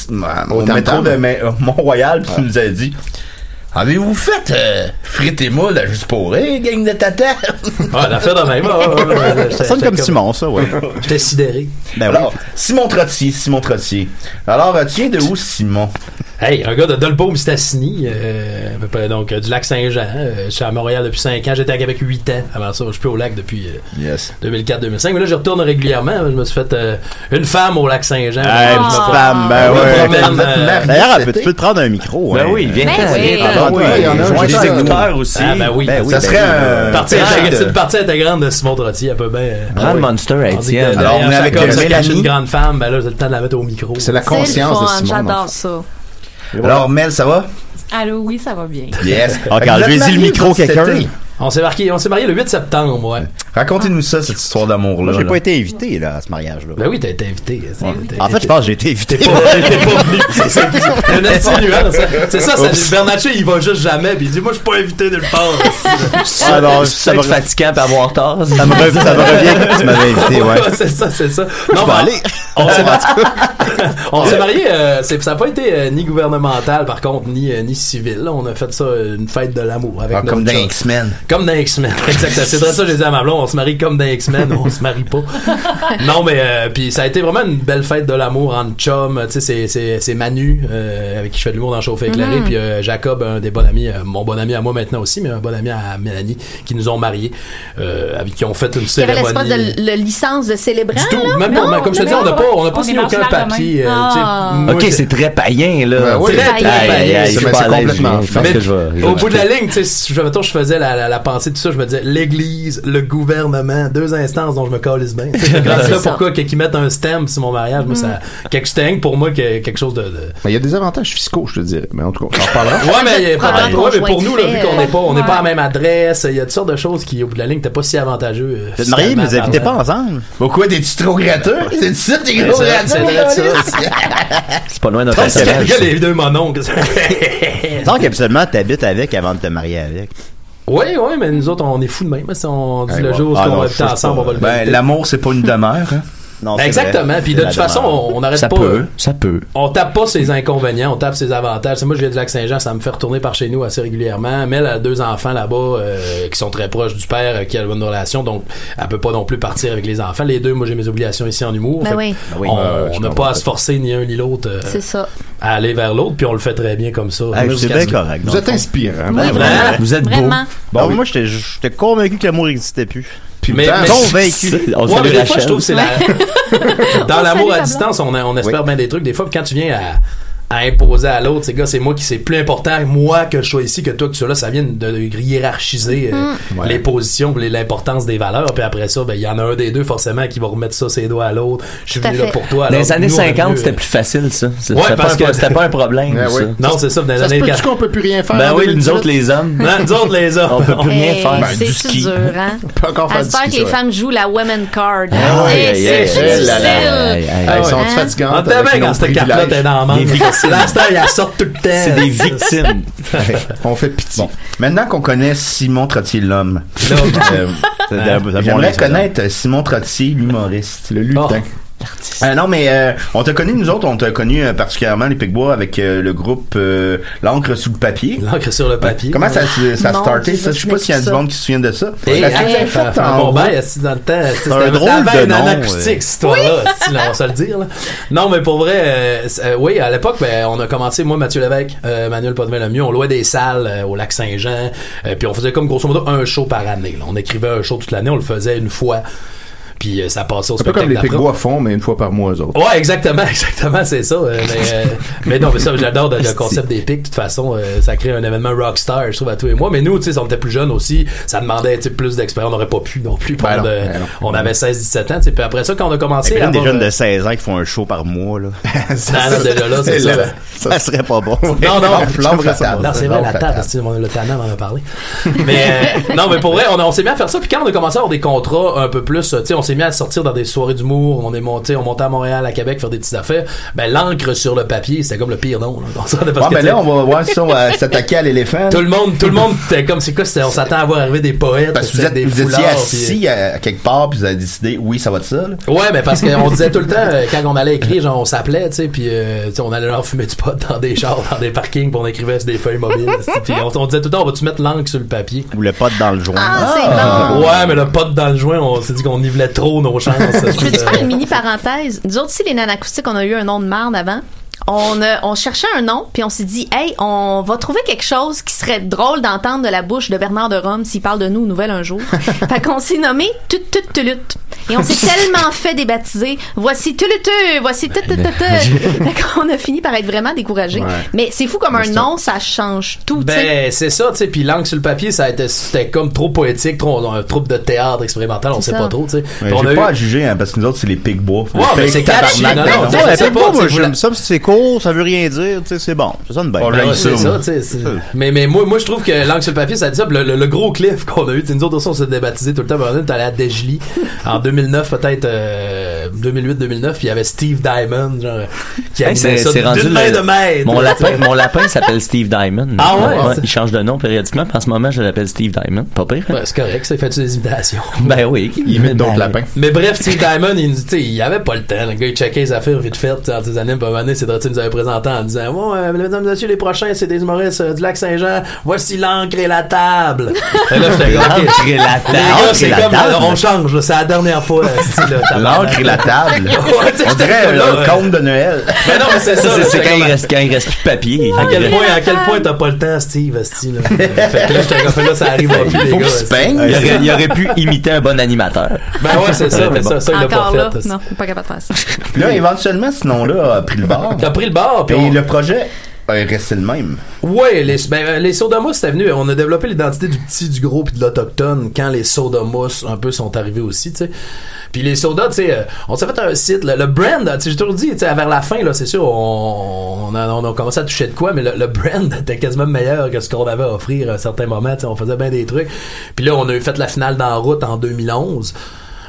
S6: Tam-Tam.
S8: métro de Ma- euh, Mont-Royal, puis tu
S6: Ouais.
S8: nous as dit Avez-vous fait euh, frites et moules à juste pour rire, gang de tata
S13: Ah, la fait de même. Ah, ouais, ouais, ouais, j'étais- j'étais J'étais sidéré.
S5: Ben
S8: Alors, Simon Trottier, Simon Trottier. Alors, euh, tu viens de où, Simon
S13: Hey, un gars de Dolbeau-Mistassini, euh, à peu près, donc euh, du lac Saint-Jean. Euh, je suis à Montréal depuis 5 ans. J'étais à Québec 8 ans. Avant ça, je suis plus au lac depuis euh, 2004-2005. Mais là, je retourne régulièrement. Je me suis fait euh, une femme au lac Saint-Jean.
S5: Hey, petite
S8: Ah
S5: femme, ben
S13: Je me
S5: ouais.
S13: promène, euh,
S5: D'ailleurs, tu peux te prendre un micro. hein.
S13: Ben oui, viens-t'en, Ben oui. viens-t'en.
S5: Ah,
S13: Ah, il y en a un,
S5: Joins
S13: je
S5: tes
S13: sais.
S5: écouteurs aussi.
S13: Ah, ben oui.
S5: ben ben oui.
S13: partie
S5: Ben,
S13: intégrante-
S5: de-
S13: c'est une partie intégrante de Simon Trottier, à peu près. euh,
S9: Prends le Monster à
S13: on dit que
S9: Étienne.
S13: derrière
S9: Alors, Ah on est avec
S13: chaque homme se cache
S9: Mélanie.
S13: une grande femme, ben là, c'est le temps de la mettre au micro. C'est
S6: la
S17: C'est le fun, J'adore ça.
S8: Alors, Mel, ça va
S17: Allô, oui, ça va bien.
S8: Yes.
S5: Ah, Carl,
S8: Vous êtes
S5: je vais dire le
S8: mariés
S5: micro,
S8: vous, cet
S5: quelqu'un.
S8: été?
S13: On s'est marié, on s'est marié le 8 septembre, ouais.
S8: Racontez-nous ça, cette histoire d'amour-là.
S5: Moi, j'ai
S8: là.
S5: pas été invité là, à ce mariage-là.
S13: Ben oui, t'as été invité. c'est-
S17: Ben
S13: t'as
S5: En fait,
S13: été-
S5: je pense que j'ai été invité.
S13: T'es pas- t'es pas venu. C'est ça, il y a une petite nuance, hein. C'est ça, ça
S5: Oups.
S13: Bernatchez, il va juste jamais, puis il dit Moi, je suis pas invité nulle part.
S9: Ah, non,
S13: ça
S9: ça va être fatigant pour avoir tort. Ça
S5: me revient- ça me revient que tu m'avais invité, ouais.
S13: c'est ça, c'est ça.
S5: Je vais
S13: mais-
S5: aller.
S13: On s'est marié. on s'est marié, euh, c'est- ça n'a pas été euh, ni gouvernemental, par contre, ni, euh, ni civil. là. On a fait ça euh, une fête de l'amour. avec
S8: Ah,
S13: notre
S8: comme dans
S13: chum.
S8: X-Men.
S13: Comme dans X-Men, exactement. C'est vrai ça, j'ai dit à ma blonde, on se marie comme dans X-Men, on se marie pas. Non, mais euh, puis ça a été vraiment une belle fête de l'amour entre chum. Tu sais, c'est- c'est- c'est Manu, euh, avec qui je fais de l'humour dans Chauffe éclairé,
S7: Mm-hmm.
S9: Mhm.
S13: puis euh, Jacob, un des bons amis, euh, mon bon ami à moi maintenant aussi, mais un bon ami à Mélanie, qui nous ont mariés, euh, avec qui ont fait une
S7: Il y avait l'espèce
S13: cérémonie.
S7: de l- le licence de célébrant.
S13: Du tout,
S7: là?
S13: même pas,
S7: Non,
S13: mais comme je te
S7: non,
S13: dis, on n'a
S7: non.
S13: pas, on n'a pas signé
S7: est
S13: aucun
S7: marchés la
S13: papier.
S7: main.
S13: euh, tu sais,
S7: Ah.
S13: moi,
S9: Ok,
S13: j'ai-
S9: c'est très païen, là.
S13: Ben oui,
S9: Très
S13: c'est païen.
S9: païen. Je suis
S13: Mais
S9: pas
S13: c'est
S9: à l'aise,
S13: complètement
S9: je pense
S13: fait.
S9: que je vais- je
S13: Au
S9: vais
S13: bout de la
S9: acheter.
S13: ligne, tu sais, si je, mettons, je faisais la, la, la pensée, tout ça, je me disais l'église, le gouvernement, deux instances dont je me calisse bien. Tu sais, Grâce à
S6: C'est
S13: ça, Hmm.
S6: ça.
S13: pourquoi que- qu'ils mettent un stem sur mon mariage, moi, ça, quelque c'était rien que pour moi, que- quelque chose de. de-
S6: Mais il y a des avantages fiscaux, je te dirais. Mais en tout cas, on en reparlera.
S13: Ouais, mais,
S6: Probablement
S13: ouais, mais
S6: conjoint
S13: pour nous, là, vu
S6: fait,
S7: euh,
S13: qu'on n'est pas, on n'est
S6: ouais.
S13: pas à la même adresse, il y a toutes sortes de choses qui, au bout de la ligne, n'étaient pas si avantageux. euh,
S5: Vous êtes mariés, mais vous
S13: finalement,
S5: habitez pas
S13: parlant.
S5: ensemble.
S8: Pourquoi t'es-tu trop gratteux? C'est ça, t'es gros
S13: C'est vrai,
S8: gratteux,
S13: c'est vrai,
S8: mon
S13: ça.
S8: Alice?
S5: C'est pas loin d'un
S13: Parce que le gars, les deux mononcles.
S5: Donc, habituellement, t'habites avec avant de te marier avec.
S13: Oui, oui, mais nous autres, on est fous de même. Si on dit
S5: Hey,
S13: le
S5: bon.
S13: jour où
S5: Ah
S13: on
S5: non,
S13: va
S5: je
S13: habiter
S5: sais
S13: ensemble,
S5: pas.
S13: on va le
S5: Ben,
S13: valider.
S8: L'amour, c'est pas une demeure. hein?
S5: Non,
S13: c'est Ben, Exactement, vrai. puis de
S8: C'est
S13: toute
S8: la
S13: façon,
S8: demeure.
S13: on- on n'arrête
S9: Ça
S13: pas,
S9: peut,
S13: euh,
S9: ça peut.
S13: On tape pas ses inconvénients, on tape ses avantages. C'est moi, je viens du lac Saint-Jean, ça me fait retourner par chez nous assez régulièrement. Mel a deux enfants là-bas euh, qui sont très proches du père, euh, qui a une bonne relation, donc elle peut pas non plus partir avec les enfants. Les deux, moi, j'ai mes obligations ici en humour.
S7: Ben
S13: Fait que
S7: oui.
S5: Ben oui,
S13: on-
S5: euh, je
S13: On n'a
S5: comprends
S13: pas à se forcer ni un ni l'autre euh,
S7: C'est ça.
S13: à aller vers l'autre, puis on le fait très bien comme ça.
S5: Hey, c'est
S13: Jusqu'à
S5: bien
S13: ce-
S5: correct. dans le fond.
S13: Oui,
S5: Ben,
S13: vraiment.
S5: vraiment. Vous êtes beau.
S13: Vraiment.
S5: Bon,
S13: Ah oui.
S5: moi, j'étais- j'étais convaincu que l'amour n'existait plus.
S13: Mais- mais-
S5: convaincu.
S13: Ouais, mais des fois, je trouve que c'est la... Dans l'amour à distance, on, on espère bien des trucs. Des fois, quand tu viens à, à imposer à l'autre, c'est gars, c'est moi qui c'est plus important, moi que je sois ici que toi que tu sois là, ça vient de, de hiérarchiser euh,
S9: Mm. Ouais.
S13: les positions, puis l'importance des valeurs. Puis après ça, ben, il y en a un des deux forcément qui va remettre ça ses doigts à l'autre. Je suis
S9: Tout à
S13: venu là
S9: fait.
S7: Eh,
S13: pour toi.
S9: Dans
S13: alors
S9: les années
S13: nous, on est
S9: 50,
S13: venu,
S9: c'était
S13: euh,
S9: plus facile, ça. C'était
S13: Ouais,
S9: pas
S13: parce
S9: un
S13: que-
S9: pro- c'était pas un problème.
S13: Ben
S9: ça.
S13: oui. Non, c'est ça, dans les
S6: Ça se
S13: années
S6: peut-tu
S13: 40.
S6: qu'on peut plus rien faire?
S9: Ben
S6: en
S9: oui,
S6: 2018?
S9: nous autres, les hommes.
S13: Non, nous autres, les hommes.
S9: On peut plus rien
S7: Hey,
S9: faire.
S13: Ben,
S7: c'est dur, hein?
S6: On peut encore faire du
S7: ben, J'espère que
S6: ski,
S7: les
S6: ça.
S7: femmes jouent la women card.
S6: Ah ouais,
S7: Hey,
S6: aïe,
S7: c'est
S6: aïe,
S7: difficile.
S6: aïe, aïe, aïe, aïe. Hey, sont-tu
S7: Hein?
S6: fatigués?
S13: On
S6: avec
S13: était Ah, bien
S6: nos
S13: quand cette
S6: privilèges.
S13: carte-là t'es dans le
S6: Des
S13: monde.
S6: victimes.
S13: Là, c'était, elle sort tout le temps.
S8: on fait pitié. Maintenant qu'on connaît Simon Trottier, l'homme,
S13: L'homme.
S8: euh,
S5: C'est d'un- d'un bon
S8: j'aimerais
S5: exemple.
S8: connaître euh, Simon Trottier, l'humoriste, le lutin. Euh, non, mais euh, on t'a connu, nous autres, on t'a connu euh, particulièrement les Picbois avec euh, le groupe euh, L'encre sous le papier.
S13: L'encre sur le papier.
S8: Comment ça, se- ça a
S13: Mon
S8: starté,
S13: Dieu,
S8: ça? Je sais pas
S13: je
S8: s'il y a
S13: me
S8: du
S13: souviens
S8: monde qui se souvient de ça. Parce que
S13: Et Eh, hey,
S8: tu l'as
S13: hey,
S8: fait
S13: fait
S8: en
S13: bon
S8: gros.
S13: bail, assis dans le temps. C'était
S8: un
S13: c'était
S8: drôle
S13: avant
S8: de
S13: une
S8: nom, euh.
S13: anacoustique,
S8: ouais.
S13: cette histoire-là. si, là, on va se le dire. là. Non, mais pour vrai, euh, c'est- euh, oui, à l'époque, ben, on a commencé, moi, Mathieu Lévesque, euh, Manuel Potvin Lemieux, on louait des salles euh, au lac Saint-Jean, euh, puis on faisait comme grosso modo un show par année. là. On écrivait un show toute l'année, on le faisait une fois. puis euh, ça passait au
S6: C'est un peu comme
S13: spectacle Oh,
S6: les
S13: d'après.
S6: Pigbois font, mais une fois par mois, eux autres.
S13: Ouais, exactement, exactement, c'est ça. euh, mais, euh, mais non, mais ça, j'adore le- le concept des pics. De toute façon, euh, ça crée un événement rockstar, je trouve, à tous et moi. Mais nous, tu sais, on était plus jeunes aussi, ça demandait tu sais, plus d'expérience. On n'aurait pas pu non
S5: Ben,
S13: plus.
S8: Ben
S13: prendre, euh, on avait 16-17 ans, tu sais. Puis après ça, quand on a commencé
S5: C'est
S13: à
S5: Eh, des
S13: avoir,
S5: jeunes
S13: euh,
S5: de 16 ans qui font un show par mois, là.
S13: Ah, non, déjà là, c'est ça.
S5: Ça serait pas bon.
S13: Non, non,
S5: J'aimerais ça.
S13: Non, c'est vrai, la table, c'est- on a le tannant, on en a parlé. Mais euh, non, mais pour vrai, on, a- on s'est mis à faire ça. Puis quand on a commencé à avoir des contrats un peu plus, euh, tu sais, on s'est mis à sortir dans des soirées d'humour. On est monté, on montait à Montréal, à Québec, faire des petites affaires. Ben l'encre sur le papier, c'était comme le pire nom. là. On s'en rendait parce
S8: Ouais,
S13: que,
S8: mais
S13: tu sais,
S8: ben là, on va voir si on va s'attaquer à l'éléphant.
S13: Tout le monde, tout le monde, était comme c'est quoi, c'était- on s'attend à voir arriver des poètes,
S8: Parce que vous
S13: c'était
S8: êtes,
S13: des
S8: vous étiez
S13: foulards, Oh.
S8: assis euh, à, à quelque part, puis vous avez décidé, oui, ça va de ça. là.
S13: Ouais, mais parce qu'on disait tout le temps, euh, quand on allait écrire, genre, on s'appelait, tu sais, puis euh, tu sais, on allait leur fumer du pot dans des chars, dans des parkings, puis on écrivait sur des feuilles mobiles. tu sais, Puis on, on disait tout le temps, on va-tu mettre l'encre sur le papier?
S5: Ou le pot dans le joint.
S7: Ah,
S13: Ouais, mais le pot dans le joint, on s'est dit qu'on nivelait trop nos chances.
S7: Je peux-tu faire une mini parenthèse? Nous autres, si les nanacoustiques, on a eu un nom de marne avant. On, euh, on cherchait un nom, puis on s'est dit, hey, on va trouver quelque chose qui serait drôle d'entendre de la bouche de Bernard de Rome s'il parle de nous aux nouvelles un jour. fait qu'on s'est nommé Tut Tut Tulut. Et on s'est tellement fait débaptiser. Voici Tulutu, voici Tut Tut Tut. Tut. fait qu'on a fini par être vraiment découragés.
S13: Ouais.
S7: Mais c'est fou comme un nom, ça change tout, tu sais.
S13: Ben, c'est ça, tu sais. Puis l'angle sur le papier, ça a été- c'était comme trop poétique, trop on a un troupe de théâtre expérimental, on
S7: C'est
S13: sait
S7: ça.
S13: pas trop, tu sais.
S8: Euh,
S5: Ouais,
S13: Puis on
S5: J'ai
S13: a
S5: pas à
S13: eu-
S5: juger, hein, parce que nous autres, c'est les Pigbois.
S13: Ouais, mais c'est catchy, non, non,
S8: ben
S13: non, je sais pas, tu sais,
S5: moi,
S13: vous la-
S5: j'aime ça, parce que c'est court, ça veut rien dire, tu sais, c'est bon. Ça sonne bien.
S13: Ben ouais, c'est ça, tu sais, c'est- mais, mais moi, moi, je trouve que l'angle sur le papier, ça dit ça. Puis Le, le- le gros cliff qu'on a eu, tu sais, nous autres aussi, on s'est débaptisé tout le temps. Ben, On est allé à Dejli en 2009, peut-être 2008-2009. Puis il y avait Steve Diamond, genre, qui
S9: Hey,
S13: animait
S9: c'est
S13: ça
S9: c'est rendu
S13: d'une main
S9: le-
S13: de maître.
S9: Mon lapin, mon lapin s'appelle Steve Diamond.
S13: Ah ouais?
S9: Il change de nom périodiquement. puis En ce moment, je l'appelle Steve Diamond. Pas pire. hein?
S13: Ouais, c'est correct, ça fait des imitations.
S9: Ben oui. Il met d'autres lapins.
S13: Mais bref, Steve Diamond, il, tu sais, il avait pas le temps. Le gars, il checkait les affaires vite fait. tu sais, En disant, années, puis à un moment donné, c'est drôle, tu sais, il nous avait présenté en disant Bon, euh, mesdames et messieurs, les prochains, c'est des humoristes euh, du lac Saint-Jean. Voici l'encre et la table. Et là, j'étais comme, OK.
S9: L'encre et la table.
S13: Les gars, c'est
S9: L'encre et la
S13: comme,
S9: table.
S13: on change, là, c'est la dernière fois.
S9: L'encre et la table.
S13: Ouais, tu sais,
S9: On
S13: j'étais
S9: dirait
S13: comme,
S9: un
S13: là,
S9: conte
S8: de Noël.
S13: Mais non, mais c'est Ah, ça.
S9: C'est
S13: là,
S9: c'est
S13: j'étais
S9: quand,
S13: comme,
S9: il reste, quand il reste plus de papier.
S13: à quel point, à quel point t'as pas le temps, Steve, esti, là. Fait que là, j'étais comme, là, ça arrive à plus, les gars, esti.
S9: Il aurait, il aurait pu imiter un bon animateur.
S13: Ben ouais, c'est ça, mais ça, ça, il l'a
S7: Encore
S13: pas
S7: là,
S13: fait. esti.
S7: non, pas capable de faire ça.
S8: Puis là, éventuellement, ce nom-là a pris le bord.
S13: T'as pris le bord, puis
S8: Et
S13: on-
S8: le projet est resté le même.
S13: Ouais, les, ben, euh, les Sodomas, c'était venu. On a développé l'identité du petit, du gros, puis de l'autochtone quand les Sodomas, un peu, sont arrivés aussi, tu sais. Puis les sodas, tu sais, euh, on s'est fait un site, le, le brand, tu sais, j'ai toujours dit, tu sais, vers la fin, là, c'est sûr, on, on a, on a commencé à toucher de quoi, mais le, le brand était quasiment meilleur que ce qu'on avait à offrir à un certain moment, tu sais, on faisait bien des trucs. Puis là, on a eu fait la finale d'en route en 2011.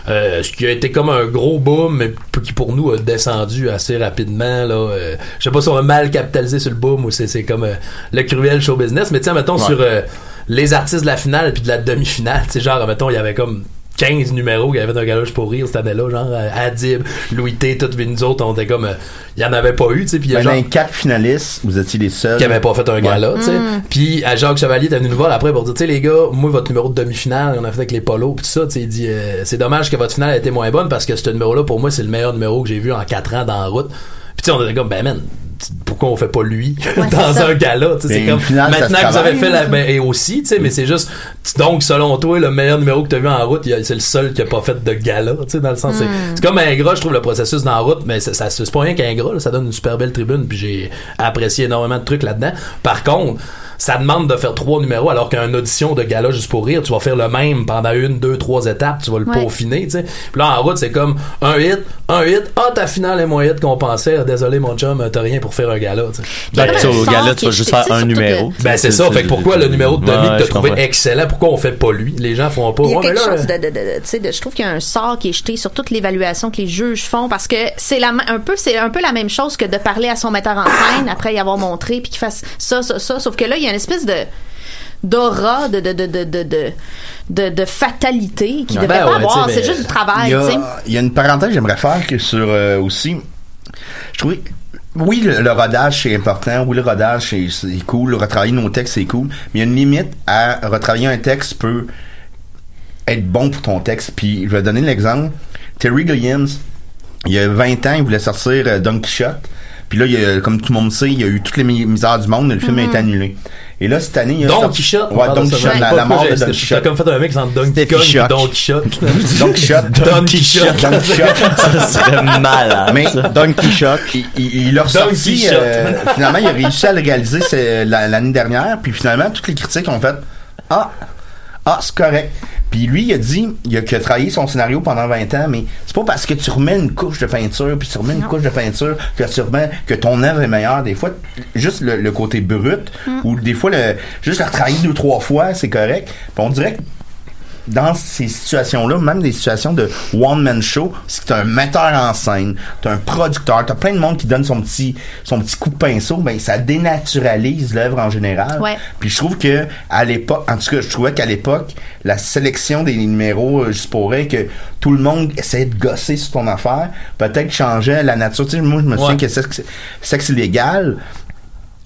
S13: Euh, ce qui a été comme un gros boom, mais p- qui pour nous a descendu assez rapidement. Là, Euh, je sais pas si on a mal capitalisé sur le boom ou c'est c'est comme euh, le cruel show business. Mais tiens, mettons
S8: Ouais.
S13: sur euh, les artistes de la finale puis de la demi-finale, tu sais, genre, mettons, il y avait comme 15 numéros qu'il y avait d'un galoche pour rire cette année-là, genre euh, Adib, Louis T, toutes les nous autres, on était comme, euh, il y en avait pas eu, tu sais, puis il y a
S8: Ben, dans
S13: genre
S8: les quatre finalistes, vous étiez les seuls.
S13: qui avait pas fait un gala, tu sais. Puis à Jacques Chevalier était venu nous voir après pour dire, tu sais les gars, moi votre numéro de demi-finale, on a fait avec les polos puis tout ça, tu sais, il dit euh, c'est dommage que votre finale a été moins bonne parce que ce numéro-là pour moi c'est le meilleur numéro que j'ai vu en quatre ans dans la route. Puis tu sais on était comme ben man, t- pourquoi on fait pas lui dans
S8: c'est ça.
S13: un gala, tu sais, c'est
S8: Mais
S13: comme
S8: une finale, ça se
S13: maintenant que vous avez
S8: travaille.
S13: fait la ben, et aussi, tu sais, mais c'est juste tu- donc selon toi le meilleur numéro que tu as vu en route, il y a- c'est le seul qui a pas fait de gala, tu sais dans le sens c'est-
S8: Mm.
S13: c'est comme ingrat, je trouve, le processus dans la route, mais ça, ça, c'est pas rien qu'ingrat, là, ça donne une super belle tribune, puis j'ai apprécié énormément de trucs là-dedans. Par contre, ça demande de faire trois numéros, alors qu'un audition de gala juste pour rire, tu vas faire le même pendant une, deux, trois étapes, tu vas le
S8: Ouais.
S13: peaufiner, tu sais. Puis là, en route, c'est comme un hit, un hit, ah, ta finale est moins hit qu'on pensait, désolé mon chum, t'as rien pour faire un gala, tu sais.
S9: Ben, tu sais, au gala, tu vas juste faire un numéro.
S13: Ben, c'est ça, fait que pourquoi le numéro de demi
S9: Ouais,
S13: que t'as
S9: je
S13: trouvé
S9: comprends.
S13: excellent, pourquoi on fait pas lui? Les gens font pas,
S7: Puis Il y a
S13: Ouais, mais
S7: quelque
S13: là, euh,
S7: chose de, de- de- de- tu sais, de- je trouve qu'il y a un sort qui est jeté sur toute l'évaluation que les juges font parce que c'est la ma- un peu c'est un peu la même chose que de parler à son metteur en scène après y avoir montré puis qu'il fasse ça ça ça sauf que là il y a une espèce de d'aura de de de de de de, de- de fatalité qui
S8: Ouais.
S7: devrait
S8: Ben
S7: pas
S8: ouais,
S7: avoir
S8: tu sais,
S7: c'est
S8: mais
S7: juste du travail
S8: Il y a,
S7: tu sais
S8: il y a une parenthèse que j'aimerais faire que sur euh, aussi. Je trouvais. Oui, le, le rodage, c'est important. Oui, le rodage, c'est- c'est cool. Retravailler nos textes, c'est cool. Mais il y a une limite à retravailler un texte peut être bon pour ton texte. Puis, je vais donner l'exemple. Terry Williams, il y a 20 ans, il voulait sortir euh, Don Quichotte. Puis là, il y a, comme tout le monde sait, il y a eu toutes les mi- misères du monde. Le film a
S6: Mhm.
S8: été annulé. Et là, cette année, il y a
S13: Don
S8: sorti-
S13: Quichotte. on
S8: Ouais,
S13: parle
S8: Don
S13: de ça.
S8: Quichotte, la,
S13: Pourquoi
S8: la mort
S13: j'ai-
S8: de Don
S13: t'as
S8: Quichotte.
S13: comme fait un mec entre Don Quichotte et
S8: Quichotte.
S13: Don Quichotte.
S8: Don Quichotte.
S13: Don Quichotte.
S8: Don Quichotte.
S13: Ça serait malade,
S8: Mais
S13: ça.
S8: Don Quichotte, il- il il l'a
S13: Don
S8: ressorti.
S13: Quichotte.
S8: euh, Finalement, il a réussi à le réaliser c'est euh, la- l'année dernière. Puis finalement, toutes les critiques ont fait Ah, ah c'est correct. Puis lui, il a dit il a, qu'il a travaillé son scénario pendant 20 ans, mais c'est pas parce que tu remets une couche de peinture, puis tu remets une couche de peinture, que tu remets, que ton œuvre est meilleure. Des fois, juste le, le côté brut,
S18: Mm.
S8: ou des fois, le, juste la retravailler deux, trois fois, c'est correct. Puis on dirait que dans ces situations-là, même des situations de one-man show, c'est que t'as un metteur en scène, t'as un producteur, t'as plein de monde qui donne son petit, son petit coup de pinceau, ben, ça dénaturalise l'œuvre en général.
S7: Ouais.
S8: Puis je trouve que, à l'époque, en tout cas, je trouvais qu'à l'époque, la sélection des numéros, euh, juste pour rire, que tout le monde essayait de gosser sur ton affaire, peut-être changeait la nature. Tu sais, moi, je me souviens que sexe, sexe illégal,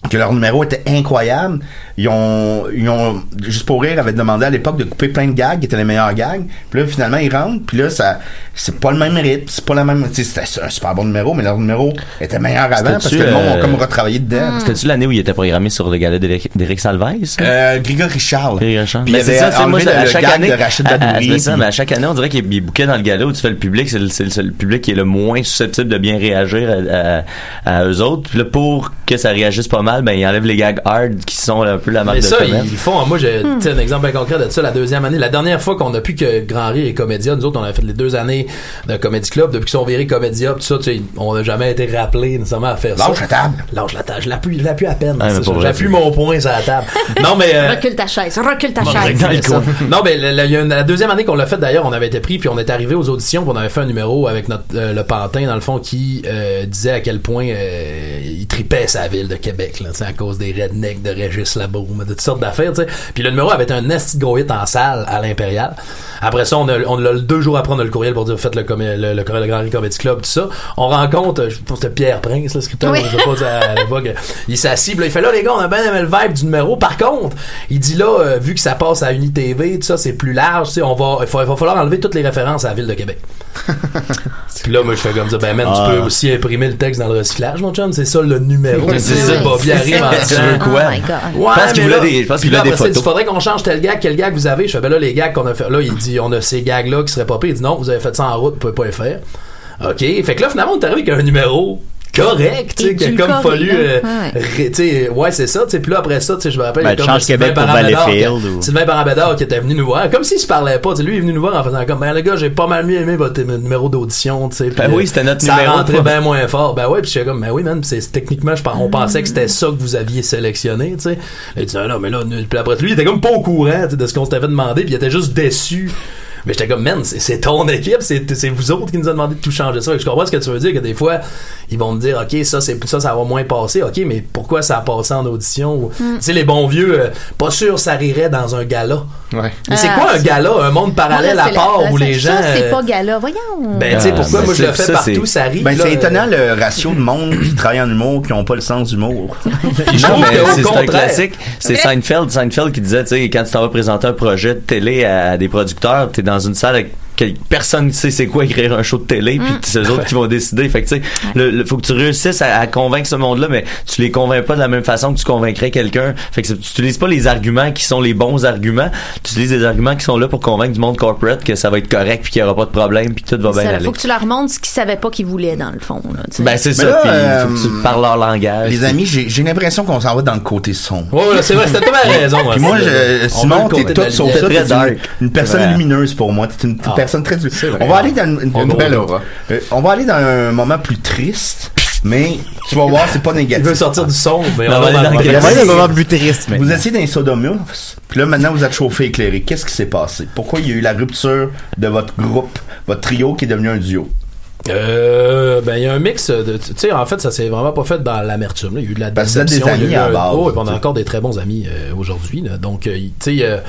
S8: que leur numéro était incroyable. Ils ont, ils ont juste pour rire, avaient demandé à l'époque de couper plein de gags qui étaient les meilleurs gags. Puis là, finalement, ils rentrent. Puis là, ça, c'est pas le même rythme, c'est pas la même. tu sais, C'était un super bon numéro, mais leur numéro était meilleur avant parce que le monde a comme retravaillé dedans.
S9: C'était-tu l'année où il était programmé sur le gala d'Éric d'Éric Salvaez? ça?
S8: Euh, Grigor Richard.
S9: Puis
S8: Puis il
S9: Ben, c'est
S8: avait
S9: ça, tu sais, moi,
S8: enlevé
S9: à
S8: le- le
S9: chaque
S8: gag
S9: année,
S8: de Rachid
S9: à- à-
S8: Badouri,
S9: c'est ça,
S8: puis-
S9: mais à chaque année, on dirait qu'il est bouquet dans le gala où tu fais le public, c'est le, c'est le- c'est le public qui est le moins susceptible de bien réagir à, à- à eux autres. Puis là, pour que ça réagisse pas mal, ben, ils enlèvent les gags hard qui sont un peu la marque
S13: Mais
S9: de
S13: ça,
S9: commerce.
S13: ils le font. hein. Moi, j'ai
S9: Hmm.
S13: tu sais, un exemple bien concret de ça la deuxième année. La dernière fois qu'on a pu que Grand Rire et Comédia, nous autres, on a fait les deux années de Comedy Club. Depuis qu'ils sont virés Comédia, tout ça, tu sais, on n'a jamais été rappelé nécessairement à faire ça.
S8: Lâche la table.
S13: Lâche la table. Je l'appuie, je l'appuie à peine.
S9: Ah, mais
S13: C'est
S9: pour
S13: ça.
S9: vrai,
S13: J'appuie mon poing sur la table. non, mais. euh,
S7: Recule ta chaise, recule ta
S13: Bon,
S7: chaise.
S13: c'est ça. Non, mais la, la- ben, il y a une- la deuxième année qu'on l'a fait d'ailleurs, on avait été pris, puis on est arrivé aux auditions, puis on avait fait un numéro avec notre euh, le pantin, dans le fond, qui euh, disait à quel point euh, il tripait sa ville de Québec, là, tu sais, à cause des rednecks de Régis Labaume, de toutes sortes d'affaires. tu sais. Puis le numéro avait été un nasty go hit en salle à l'Impérial. Après ça, on a, on l'a- deux jours après, on a le courriel pour dire faites le, comé- le, le, le Grand Prix Comedy Club, tout ça. On rencontre, euh, je pense que c'était Pierre Prince, le scripteur,
S18: Oui.
S13: je sais pas dire à l'époque. Il s'assit, puis là, il fait là, les gars, on a bien aimé le vibe du numéro. Par contre, il dit là, euh, vu que ça passe à UniTV, tout ça, c'est plus large, tu sais, on va, il, faut- il va falloir enlever toutes les références à la ville de Québec. puis là, moi, je fais comme ça, ben, man,
S9: Ah.
S13: tu peux aussi imprimer le texte dans le recyclage, mon chum, c'est ça le numéro.
S9: Mais c'est ça.
S13: Bobby
S9: C'est
S13: arrive
S9: ça.
S13: en
S9: Tu veux
S13: disant,
S9: quoi?
S7: Oh
S13: my God.
S9: Je pense qu'il
S13: mais
S9: voulait
S13: là-
S9: des- je pense qu'il
S13: puis là,
S9: voulait des
S13: après ça, il dit,
S9: photos.
S13: faudrait qu'on change tel gag, quel gag vous avez. Je fais, ben là, les gags qu'on a fait, là, il dit, on a ces gags-là qui seraient pas pires. Il dit, non, vous avez fait ça en route, vous pouvez pas les faire. OK. Fait que là, finalement, on est arrivé avec un numéro correct, tu sais,
S18: Et
S13: qui a
S18: du
S13: comme
S18: correct,
S13: fallu,
S18: hein.
S13: euh,
S18: Ouais.
S13: ré- tu sais, ouais, c'est ça, tu sais, puis là, après ça, tu sais, je me rappelle,
S5: Ben,
S13: il y a
S5: change Québec pour
S13: Parambédard
S5: Valleyfield
S13: qui-
S5: ou-
S13: Sylvain Parambédard qui était venu nous voir, comme s'il se parlait pas, tu sais, lui, il est venu nous voir en faisant comme, ben, le gars, j'ai pas mal mieux aimé votre numéro d'audition, tu sais.
S9: Ben
S13: puis,
S9: oui,
S13: euh,
S9: c'était notre
S13: ça
S9: numéro,
S13: rentrait
S9: toi.
S13: bien moins fort. Ben ouais, puis j'étais comme, ben oui, man, c'est, c'est- techniquement, je, pense- on pensait que c'était ça que vous aviez sélectionné, tu sais. Là, Il dit, ah non, mais là, nul. Puis après, lui, il était comme pas au courant tu sais, de ce qu'on s'était fait demander, puis il était juste déçu. Mais j'étais comme, man, c'est, c'est ton équipe, c'est, c'est vous autres qui nous a demandé de tout changer ça. Fait que Je comprends ce que tu veux dire, que des fois, ils vont me dire, OK, ça, c'est, ça, ça va moins passer. OK, mais pourquoi ça a passé en audition? Ou-
S18: Mm.
S13: Tu sais, les bons vieux, euh, pas sûr, ça rirait dans un gala. Mais c'est
S7: Ah,
S13: quoi un
S7: c'est-
S13: gala? Un monde parallèle
S7: Voilà,
S13: à
S7: c'est la-
S13: part
S7: la-
S13: où les gens.
S7: Ça, c'est
S13: euh,
S7: pas gala, voyons.
S13: Ben, tu sais,
S9: Ah,
S13: pourquoi moi je le fais partout, ça arrive.
S8: Ben,
S13: là,
S8: c'est
S13: euh,
S8: étonnant le ratio de monde qui travaille en humour qui n'ont pas le sens d'humour.
S9: Je
S8: Non,
S9: trouve
S8: mais
S9: que
S8: au
S9: c'est- c'est un
S8: contraire.
S9: classique. C'est
S8: Mais-
S9: Seinfeld, Seinfeld qui disait, tu sais, quand tu t'en vas présenter un projet de télé à des producteurs, t'es dans une salle avec quel- personne qui sait c'est quoi écrire un show de télé, puis
S8: Mm.
S9: c'est eux autres qui vont décider. Fait que tu sais, le, le- faut que tu réussisses à, à convaincre ce monde-là, mais tu les convaincs pas de la même façon que tu convaincrais quelqu'un. Fait que c'est- tu utilises pas les arguments qui sont les bons arguments, tu utilises des arguments qui sont là pour convaincre du monde corporate que ça va être correct, puis qu'il y aura pas de problème, puis que tout va bien
S7: Il
S9: aller.
S7: faut que tu leur montres ce qu'ils savaient pas qu'ils voulaient, dans le fond. là, tu sais.
S9: Ben c'est
S8: Mais là,
S9: ça. Puis il faut que
S8: euh,
S9: tu parles leur langage.
S8: Les amis, j'ai j'ai l'impression qu'on s'en va dans le côté son.
S13: Ouais, ouais, c'est vrai, c'était totalement raison, ouais,
S8: Puis moi,
S13: c'est
S8: je, euh,
S13: vrai. On
S8: Simon,
S13: veut le
S8: t'es
S13: côté
S8: tout
S13: de
S8: sauf
S13: la
S8: ça. t'es
S13: lumière. Très
S8: une-
S13: dark.
S8: Une personne
S13: C'est vrai.
S8: lumineuse pour moi. T'es une
S13: Ah.
S8: personne très.
S13: vrai.
S8: On va aller dans une,
S13: On
S8: une-
S13: va
S8: belle
S13: au-
S8: aura. Euh, on va aller dans un moment plus triste, mais tu vas voir, c'est pas négatif.
S13: Il veut sortir du son, mais
S8: Non,
S13: on
S8: mais dans-
S13: va dans le
S8: il y a
S13: négatif.
S8: moyen d'un moment plus triste, mais- Vous étiez dans les sodomios, puis là maintenant vous êtes chauffé éclairé. Qu'est-ce qui s'est passé? Pourquoi il y a eu la rupture de votre groupe, votre trio qui est devenu un duo?
S13: Euh, ben, il y a un mix de, tu sais, en fait, ça s'est vraiment pas fait dans l'amertume, là. Il y a eu de la
S8: Parce que vous êtes des
S13: déception, il y a
S8: amis à
S13: eu un-
S8: la base,
S13: oh, et puis on
S8: tu
S13: a
S8: sais.
S13: encore des très bons amis, euh, aujourd'hui, là. Donc, euh, tu sais, euh,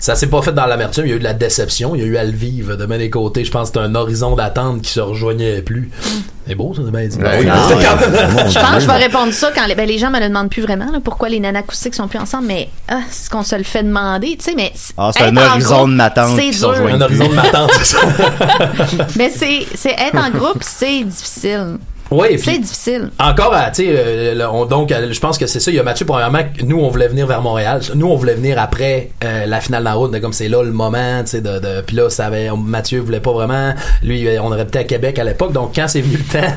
S13: ça s'est pas fait dans l'amertume, il y a eu de la déception, il y a eu à le vivre de même des côtés. Je pense que c'est un horizon d'attente qui se rejoignait plus. C'est beau, ça, c'est bien dit.
S8: Ben oui,
S13: Ah,
S8: ben oui.
S13: quand même-
S8: Mon
S7: Je pense que je vais répondre ça quand les, ben, les gens me le demandent plus vraiment, là, pourquoi les nanas acoustiques sont plus ensemble, mais ah, ce qu'on se le fait demander, tu sais, mais.
S5: Ah, c'est un
S7: être en
S5: horizon
S7: groupe,
S5: de ma tante
S7: c'est
S5: qui se rejoint
S7: dur.
S5: Un horizon de ma
S13: tante,
S7: mais c'est, c'est être en groupe, c'est difficile.
S13: Ouais, et puis- ah,
S7: C'est difficile.
S13: Encore, à, tu sais, euh, le- on- donc, euh, je pense que c'est ça. Il y a Mathieu, premièrement, que nous, on voulait venir vers Montréal. Nous, on voulait venir après euh, la finale d'en route. Comme c'est là le moment, tu sais, de, de- puis là, ça avait, Mathieu voulait pas vraiment. Lui, euh, on aurait été à Québec à l'époque. Donc, quand c'est venu le temps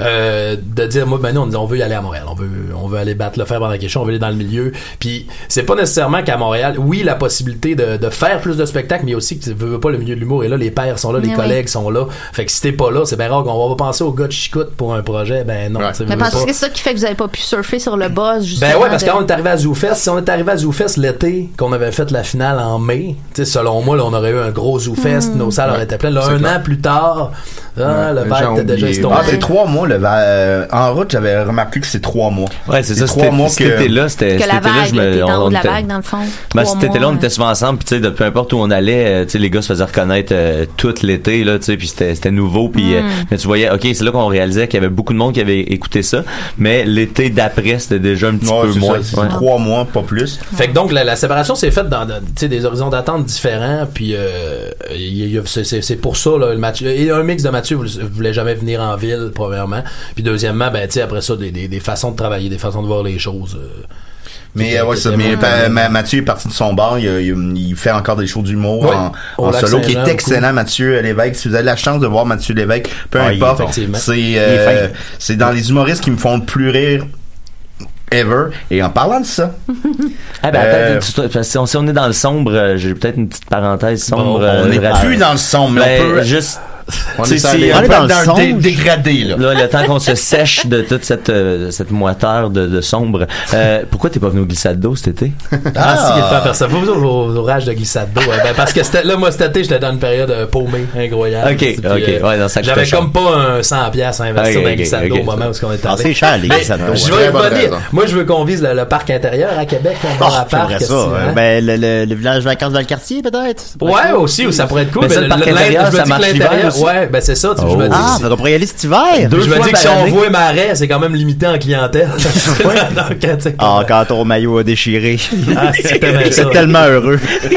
S13: euh, de dire, moi, ben nous, on, dit, on veut y aller à Montréal. On veut, on veut aller battre le fer pendant quelque chose. On veut aller dans le milieu. Puis, c'est pas nécessairement qu'à Montréal, oui, la possibilité de, de faire plus de spectacles, mais aussi que tu veux veux pas le milieu de l'humour. Et là, les pairs sont là, les
S7: Mais oui.
S13: collègues sont là. Fait que si t'es pas là, c'est bien rare qu'on va penser au gars de Chicoute pour un projet. Ben non, tu sais,
S7: Mais
S13: veux
S7: pensez
S13: pas.
S7: que c'est ça qui fait que vous n'avez pas pu surfer sur le buzz, justement.
S13: Ben ouais, parce
S7: de-
S13: qu'on est arrivé à ZooFest, si on est arrivé à ZooFest l'été, qu'on avait fait la finale en mai, tu sais, selon moi, là, on aurait eu un gros ZooFest,
S9: Hmm.
S8: Mm.
S13: nos salles
S8: Ouais,
S13: auraient été pleines. Là,
S8: c'est
S13: un
S8: clair.
S13: an plus tard, ah, le
S8: Les
S13: verre
S8: gens
S13: était déjà
S8: oublient.
S13: estompé.
S8: Ah, c'est trois mois, le va- euh, En route, j'avais remarqué que c'est trois mois.
S9: Ouais, c'est ça,
S8: Trois
S9: c'était-
S8: mois
S9: cet été-là, c'était-
S7: Que la
S9: cet été-là,
S7: vague,
S9: je me-
S7: était en
S9: on-
S7: haut de
S9: on
S7: la
S9: était-
S7: vague, dans le fond.
S9: Ben,
S7: Trois
S9: c'était
S7: mois,
S9: là, on
S7: euh,
S9: était souvent ensemble, puis tu sais, de peu importe où on allait, euh, tu sais, les gars se faisaient reconnaître euh, tout l'été, là, tu sais, puis c'était c'était nouveau, puis euh,
S7: Mm.
S9: mais tu voyais, ok, c'est là qu'on réalisait qu'il y avait beaucoup de monde qui avait écouté ça, mais l'été d'après, c'était déjà un petit
S8: Ouais,
S9: peu
S8: c'est
S9: moins.
S8: ça, c'est trois mois, pas plus.
S13: Fait que donc la, la séparation s'est faite dans, dans, tu sais, des horizons d'attente différents, puis euh, il y a- il y a- c'est- c'est c'est pour ça là, le Mathieu et un mix de Mathieu voulait- voulait jamais venir en ville premièrement, puis deuxièmement ben tu sais après ça des, des, des façons de travailler, des façons de voir les choses. euh.
S8: Mais euh, ouais, ça, mais pa- ma- Mathieu est parti de son bar, il, il- il fait encore des shows d'humour
S13: Ouais. Oh,
S8: en,
S13: Au
S8: en
S13: Lac
S8: solo, qui est
S13: Saint-Jean,
S8: excellent, Mathieu Lévesque. Si vous avez la chance de voir Mathieu Lévesque, peu
S13: Ouais, il-
S8: importe,
S13: effectivement.
S8: c'est
S13: Il est
S8: euh,
S13: fin.
S8: c'est dans les humoristes qui me font le plus rire ever. Et en parlant de ça,
S9: Ah ben
S8: Euh,
S9: attends, tu- tu- parce que si, on, si on est dans le sombre, euh, j'ai peut-être une petite parenthèse sombre.
S8: Bon, on
S9: euh,
S8: est
S9: rapide.
S8: plus dans le sombre, mais on
S9: Ben,
S8: peut-
S9: juste.
S8: On
S9: tu sais,
S8: est dans
S9: si-
S8: les- on est dans le dé- dégradé, là.
S9: le temps qu'on se sèche de toute cette, euh, cette moiteur de, de sombre. Euh, pourquoi t'es pas venu au glissade d'eau cet été?
S13: Ah, si, il est pas personne. Pas besoin aux, aux orages de glissade d'eau. hein. Ben, parce que c'était- là, moi, cet été, j'étais dans une période euh, paumée, incroyable.
S9: Ok,
S13: Puis,
S9: ok, ouais, non, ça coûtait
S13: J'avais
S9: cher.
S13: comme pas un 100$ piastres hein. à investir
S9: Ok,
S13: dans
S9: ok,
S13: les glissades d'eau
S9: ok.
S13: au moment où on est
S9: Ah,
S13: allé.
S9: c'est cher, les
S13: Mais
S9: glissades d'eau,
S13: Je
S9: ouais.
S13: vais
S9: Très bonne
S13: revenir.
S9: raison.
S13: Moi, je veux qu'on vise le, le parc intérieur à Québec, un bar à parc.
S5: J'aimerais
S13: qu'est-ce
S5: ça.
S13: que tu
S5: euh,
S13: veux, hein?
S5: Ben, le, le- le village vacances dans le quartier, peut-être?
S13: Ouais, aussi, ou ça pourrait être cool.
S5: Mais ça, le parc
S13: l'in-
S5: intérieur,
S13: je me
S5: ça
S13: dis que
S5: marche l'hiver
S13: l'intérieur,
S5: aussi.
S13: Ouais, ben c'est ça. tu-
S9: Oh.
S13: Je me dis, que
S5: Ah,
S13: si-
S5: fait qu'on pourrait y aller cet hiver.
S13: je me dis que si on voit Marais, c'est quand même limité en clientèle. Donc, tu sais,
S5: Ah, quand ton maillot a déchiré.
S13: Ah, c'est tellement
S5: J'étais
S13: ça.
S5: tellement heureux. tu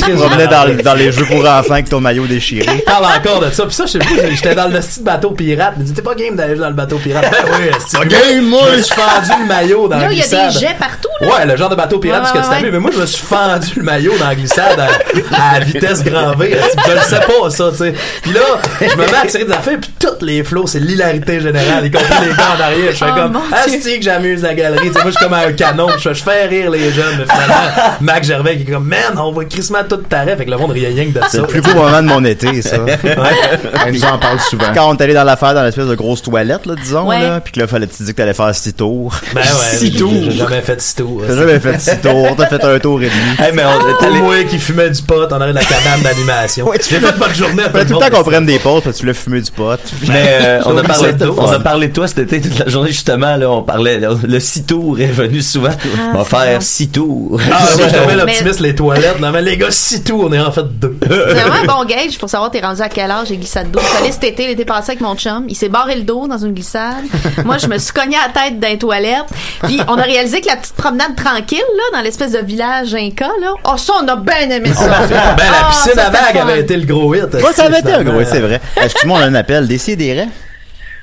S13: Très
S5: promenais dans,
S13: heureux.
S5: dans les jeux pour enfants avec ton maillot déchiré.
S13: parle encore de ça. Puis ça, je sais plus, j'étais dans le petit bateau pirate. Il me dit, t'es pas game d'aller dans le bateau pirate. Ben oui, c'est
S8: Pas game, moi.
S13: Je me suis fendu le maillot dans
S7: Là,
S13: la
S7: il y a
S13: glissade.
S7: des jets partout, là.
S13: Ouais, le genre de bateau pirate,
S7: Ouais,
S13: parce que
S7: ouais,
S13: tu t'as
S7: ouais.
S13: mis. Mais moi, je me suis fendu le maillot dans la glissade à, à vitesse grand V. Je le sais pas, ça, tu sais. Puis là, je me mets à tirer des affaires, puis toutes les flots, c'est l'hilarité générale, y compris les gars en arrière. Je fais
S19: Oh,
S13: comme,
S19: mon
S13: ah, c'est que j'amuse la galerie. Tu sais, moi, je suis comme un canon. Je fais, je fais rire les jeunes. Mais finalement, Mac Gervais qui est comme, man, on voit Christmas tout taré. Fait que le monde riait rien que de
S5: C'est
S13: ça.
S5: le plus beau moment de mon été, ça.
S13: Ouais. Elle nous en parle souvent.
S5: Quand on est allé dans l'affaire dans l'espèce de grosse toilette, là, disons,
S13: Ouais.
S5: là, puis que là, fallait te dire que t'allais faire six tours.
S13: Ben ouais,
S5: six
S13: j'ai-
S5: tours.
S13: J'ai jamais fait six tours.
S5: T'as jamais fait six tours, t'as fait un tour et demi.
S9: Hey, mais on,
S13: Tout moi qui fumais du pot en arrière de la cabane d'animation. J'ai fait bonne journée à tout
S5: Fallait
S13: le
S5: tout le
S13: monde.
S5: temps qu'on prenne des pauses parce que tu voulais fumer du pot.
S9: Mais euh, on, a
S5: Oublie
S9: parlé
S5: ça,
S9: de,
S5: t'as
S9: on
S5: fun.
S9: a parlé de toi cet été toute la journée justement là on parlait le, le six tours est venu souvent on va faire six tours
S13: Ah, moi, je te mets
S7: Ah, Mais-
S13: l'optimiste, les toilettes. Non, mais les gars, six tours, on est en fait deux.
S7: C'est vraiment un bon gauge pour savoir t'es rendu à quel âge les glissades d'eau. Je suis allée cet été, l'été passé avec mon chum. Il s'est barré le dos dans une glissade. Moi, je me suis cognée à la tête d'un toilette. Puis on a réalisé que la petite promenade tranquille, là, dans l'espèce de village Inca, là. Oh, ça, on a bien aimé ça.
S13: ben, la
S7: Ah,
S13: piscine
S7: ça,
S13: à
S7: c'était
S13: vague
S7: fun.
S13: avait été le gros hit.
S5: Moi, ça avait été un gros,
S13: finalement.
S5: c'est vrai. Euh, Excuse-moi, on a un appel. Décidérez.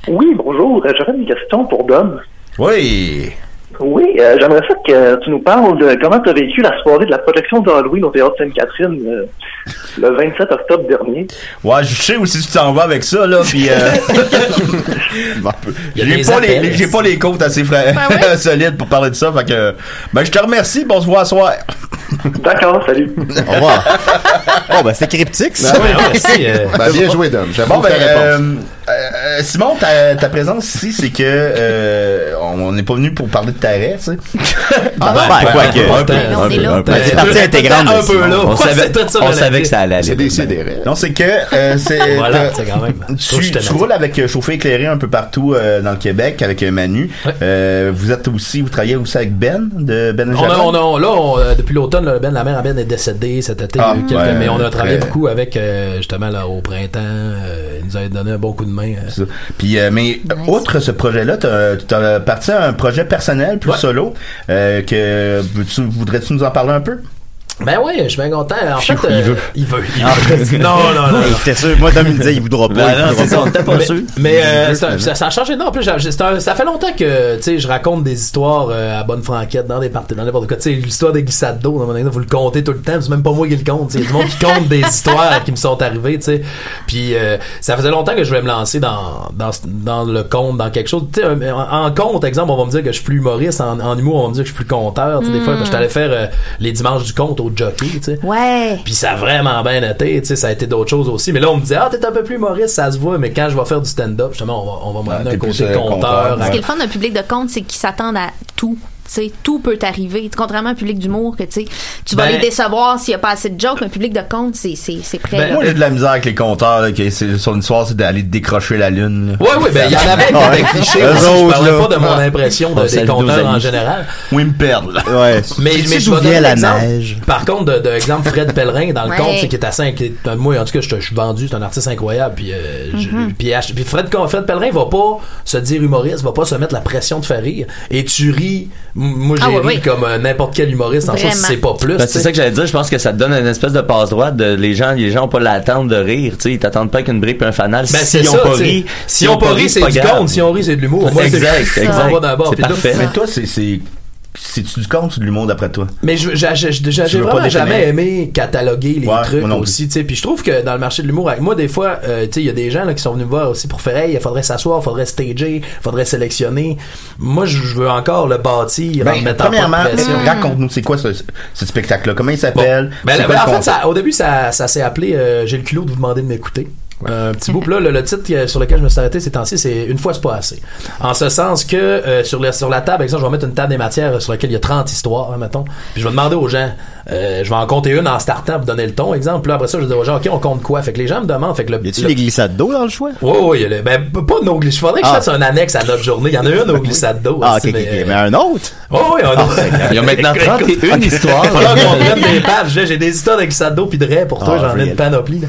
S18: Oui, bonjour. Euh, J'aurais une question pour Dom.
S5: Oui.
S18: Oui, euh, j'aimerais ça que tu nous parles de comment tu as vécu la soirée de la projection d'Halloween au Théâtre Sainte-Catherine euh, le 27 octobre dernier.
S8: Ouais, je sais où si tu t'en vas avec ça, là, puis euh, bon,
S18: Il y a
S8: j'ai
S18: des
S8: pas les,
S18: appels.
S8: les- j'ai pas les côtes assez fra- solides pour parler de ça, fait que, ben, je te remercie, bon, on se voit à soir.
S18: D'accord, salut.
S8: Au revoir.
S5: Oh, ben, euh. c'est cryptique,
S8: ça.
S6: Ben, bien joué, Dom. J'approuve
S8: Bon, ben,
S6: ta réponse.
S8: euh, euh, Simon, ta, ta présence ici, c'est que euh, on on n'est pas venu pour parler de ta raie, tu sais.
S5: Ah, ben, ben, quoi que-
S8: un peu,
S5: Mais on
S8: un
S5: est
S8: peu,
S5: là.
S8: un peu.
S5: Ben,
S8: C'est
S5: un
S8: partie
S5: peu
S8: intégrante.
S5: là.
S8: de Simon.
S5: On
S8: Pourquoi
S5: savait-
S8: c'est tout ça
S5: on
S8: relatif?
S5: savait que ça allait aller.
S8: C'est des sidérés. Non, c'est que euh, c'est
S13: Voilà,
S8: t'as-
S13: c'est quand même. Ça, je
S8: Tu,
S13: te
S8: tu
S13: l'ai
S8: roules avec euh, chauffeur éclairé un peu partout euh, dans le Québec avec euh, Manu. Euh, vous êtes aussi, vous travaillez aussi avec Ben de Ben et
S13: On a,
S8: Jabba?
S13: on a, on- là, on, euh, depuis l'automne, là, ben, la mère à Ben est décédée cet été.
S8: Ah,
S13: il y a eu quelques-
S8: ouais,
S13: mais on a travaillé
S8: très-
S13: beaucoup avec, euh, justement, là, au printemps. euh, il nous a donné un bon coup de main. euh.
S8: C'est ça. Puis, euh, mais outre ce projet-là, t'as- tu as parti à un projet personnel plus solo euh, que veux-tu- voudrais-tu nous en parler un peu?
S13: Ben oui, je suis bien content. En fait, euh,
S5: il veut.
S13: Il veut. il
S5: Ah,
S13: veut. non, non, non. non.
S5: J'étais sûr. Moi, Dom, il me disait, il voudra pas. il
S13: Non,
S5: voudra
S13: c'est ça, on était pas
S5: Mais-
S13: sûr. Mais euh,
S5: Il veut, hein.
S13: ça, ça- ça a changé. Non, en plus, j'ai- j'ai- c'est un- ça fait longtemps que tu sais, je raconte des histoires euh, à bonne franquette dans des parties, dans n'importe quoi. Tu sais, l'histoire des glissades d'eau, à un moment donné, vous le comptez tout le temps. C'est même pas moi qui le compte. tu sais. Il y a du monde qui compte des histoires qui me sont arrivées. tu sais. Puis euh, ça faisait longtemps que je voulais me lancer dans, dans, ce- dans le conte, dans quelque chose. Tu sais, un- en, en conte, exemple, on va me dire que je suis plus humoriste. En, en humour, on va me dire que je suis plus conteur. tu sais, Des fois,
S7: Mm.
S13: je t'allais faire euh, les dimanches du conte au jockey. tu sais.
S7: Ouais.
S13: Puis ça a vraiment bien été, tu sais, ça a été d'autres choses aussi. Mais là, on me dit, ah, t'es un peu plus humoriste, ça se voit, mais quand je vais faire du stand-up, justement, on va, on va m'amener
S8: t'es
S13: un
S8: plus,
S13: côté
S8: euh,
S13: compteur.
S7: Ce qui est
S13: Ouais.
S7: le fun d'un public de conte, c'est qu'ils s'attendent à tout. Tu sais, tout peut t'arriver. Contrairement à un public d'humour, que tu sais, tu vas
S8: Ben-
S7: les décevoir s'il n'y a pas assez de jokes. Un public de conte, c'est c'est- c'est prêt.
S13: Ben,
S7: là.
S8: moi, j'ai de la misère avec les compteurs. Là, que c'est- son histoire, c'est d'aller décrocher la lune.
S13: Ouais, ouais, ben, il y en avait qui étaient clichés. Moi, si je parlais pas de mon impression de- des compteurs en général.
S8: Oui, me perdent.
S5: Ouais.
S13: Mais,
S8: Si
S13: mais
S8: tu
S13: je vais
S8: oubliais
S13: donner
S8: la
S13: l'exemple.
S8: neige.
S13: Par contre, de, de exemple, Fred Pellerin, dans le
S8: Ouais.
S13: conte, c'est qui est assez. inquiétant. Moi, en tout cas, je te- je suis vendu, c'est un artiste incroyable. Puis, euh, je-
S8: Mhm.
S13: puis, ach- puis Fred, Fred Pellerin va pas se dire humoriste, va pas se mettre la pression de faire rire. Et tu ris. M- Moi, j'ai
S9: Ah ouais,
S13: ri
S9: ouais.
S13: comme euh, n'importe quel humoriste, en chose, si c'est pas plus.
S9: Ben,
S13: tu sais.
S9: c'est ça que j'allais dire. Je pense que ça te donne une espèce de passe droite. De, les gens, les gens ont pas l'attente de rire. Tu sais, ils t'attendent pas qu'une brique et un fanal.
S13: Ben,
S9: si
S13: c'est
S9: ils ont
S13: ça,
S9: pas
S13: tu sais.
S9: ri,
S13: Si on pas ri, c'est
S9: pas
S13: du
S9: grave.
S13: compte. Si on rit, c'est de l'humour. Moi, c'est-
S9: Exact,
S13: ça.
S9: exact.
S13: On va d'abord,
S9: C'est
S13: puis tout
S9: parfait.
S13: ça.
S8: Mais toi, c'est- c'est. C'est-tu du compte ou de l'humour d'après toi?
S13: Mais je- j'ai j'ai- j'ai-
S8: Tu
S13: j'ai
S8: veux pas
S13: vraiment
S8: définir.
S13: jamais aimé cataloguer les
S8: Ouais,
S13: trucs
S8: moi non plus.
S13: aussi, tu sais. Puis je trouve que dans le marché de l'humour, avec moi, des fois, euh, tu sais, il y a des gens là, qui sont venus me voir aussi pour faire, hey, il faudrait s'asseoir, il faudrait stager, il faudrait sélectionner. Moi, je je veux encore le bâtir en
S8: Ben,
S13: me mettant
S8: premièrement,
S13: pas de pression.
S8: raconte-nous, c'est quoi ce, ce spectacle-là? Comment il s'appelle?
S13: Ben,
S8: C'est
S13: là,
S8: quoi
S13: ben,
S8: le
S13: en fait,
S8: concept?
S13: ça- au début, ça, ça s'est appelé euh, J'ai le culot de vous demander de m'écouter. Euh, un petit bout. Puis là, le, le titre qui- sur lequel je me suis arrêté ces temps-ci, c'est Une fois, c'est pas assez. En ce sens que euh, sur, le- sur la table, par exemple, je vais mettre une table des matières sur laquelle il y a 30 histoires, hein, mettons. Puis je vais demander aux gens, euh, je vais en compter une en startant pour donner le ton, exemple. Puis là, après ça, je vais dire aux gens, OK, on compte quoi? Fait que les gens me demandent. Fait que le,
S5: Y a-tu
S13: le-
S5: des glissades d'eau dans le choix?
S13: Ouais, ouais, il y a le- ben, p- pas nos glissades. Faudrait que je
S5: Ah.
S13: fasse un annexe à notre journée. Il y en a une aux glissades d'eau.
S5: Ah,
S13: aussi,
S5: ok, ok,
S13: mais,
S5: ok. Mais un autre? Ah,
S13: Oh, oui, on a.
S9: Il y a maintenant 31
S13: Ok.
S9: histoires.
S13: Faudra qu'on prenne des pages. J'ai j'ai des histoires avec Sado puis de Ray pour toi.
S9: Ah,
S13: J'en ai une
S9: real.
S13: panoplie. là.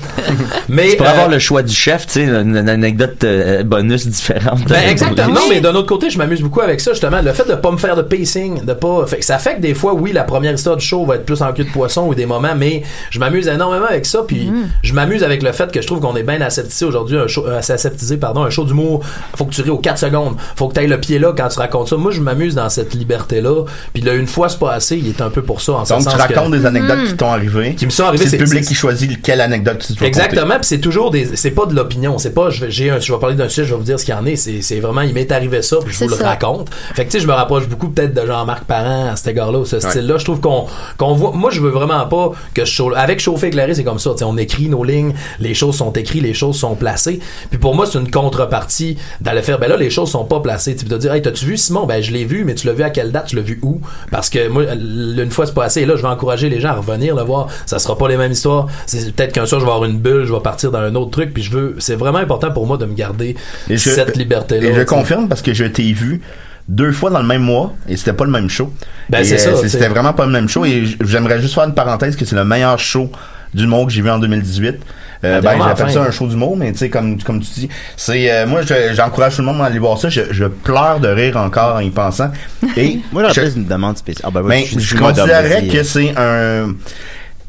S13: Mais,
S9: tu pourrais
S13: euh,
S9: avoir le choix du chef, tu sais, une, une anecdote euh, bonus différente.
S13: Ben, exactement. Non, mais d'un autre côté, je m'amuse beaucoup avec ça, justement. Le fait de pas me faire de pacing, de pas. Fait que ça fait que des fois, oui, la première histoire du show va être plus en cul de poisson ou des moments, mais je m'amuse énormément avec ça. Puis je m'amuse avec le fait que je trouve qu'on est bien aseptisé aujourd'hui, un show, euh, aseptisé, pardon, un show d'humour. Faut que tu ris aux 4 secondes. Faut que tu ailles le pied là quand tu racontes ça. Moi, je m'amuse dans cette liberté-là. Puis là, une fois, c'est pas assez. Il est un peu pour ça, en ce
S8: Donc,
S13: sens
S8: tu
S13: que-
S8: racontes des anecdotes
S9: Hmm.
S8: qui t'ont arrivé.
S13: Qui me sont arrivées,
S8: C'est le
S13: c'est-
S8: public
S13: c'est-
S8: qui choisit quelle anecdote tu veux
S13: Exactement, puis c'est toujours des c'est pas de l'opinion, c'est pas je vais- j'ai un je vais parler d'un sujet, je vais vous dire ce qu'il y en est, c'est c'est vraiment il m'est arrivé ça puis je
S8: C'est
S13: vous le
S8: ça.
S13: raconte. Fait que tu sais je me rapproche beaucoup peut-être de Jean-Marc Parent à cet égard-là, ou ce
S8: Ouais.
S13: style-là, je trouve qu'on qu'on voit moi je veux vraiment pas que je chauffe- avec chauffer éclairé, c'est comme ça, tu sais on écrit nos lignes, les choses sont écrites, les choses sont placées. Puis pour moi c'est une contrepartie d'aller faire ben là les choses sont pas placées, tu de dire hey, t'as-tu vu Simon ben je l'ai vu mais tu l'as vu à quelle date, tu l'as vu où parce que moi l- une fois c'est passé et là je vais encourager les gens à revenir le voir, ça sera pas les mêmes histoires, c'est peut-être qu'un soir je vais avoir une bulle, je vais partir dans un autre truc puis je veux c'est vraiment important pour moi de me garder
S8: Et je-
S13: cette liberté là.
S8: Et je confirme parce que je t'ai vu deux fois dans le même mois et c'était pas le même show.
S13: Ben,
S8: Et,
S13: c'est ça,
S8: euh,
S13: t'sais.
S8: C'était vraiment pas le même show et j- j'aimerais juste faire une parenthèse que c'est le meilleur show du monde que j'ai vu en 2018. Euh,
S13: Ben,
S8: ben,
S13: vraiment
S8: j'appelle
S13: fin.
S8: ça un show du monde, mais tu sais, comme, comme tu dis, c'est, euh, moi, je- j'encourage tout le monde à aller voir ça. Je, je pleure de rire encore en y pensant. Et.
S5: Moi, j'aurais
S8: je-
S5: plus une demande spéciale. Ah, ben, oui,
S8: mais
S5: suis-
S8: je
S5: suis moderne,
S8: considérais
S5: vas-y.
S8: que c'est un.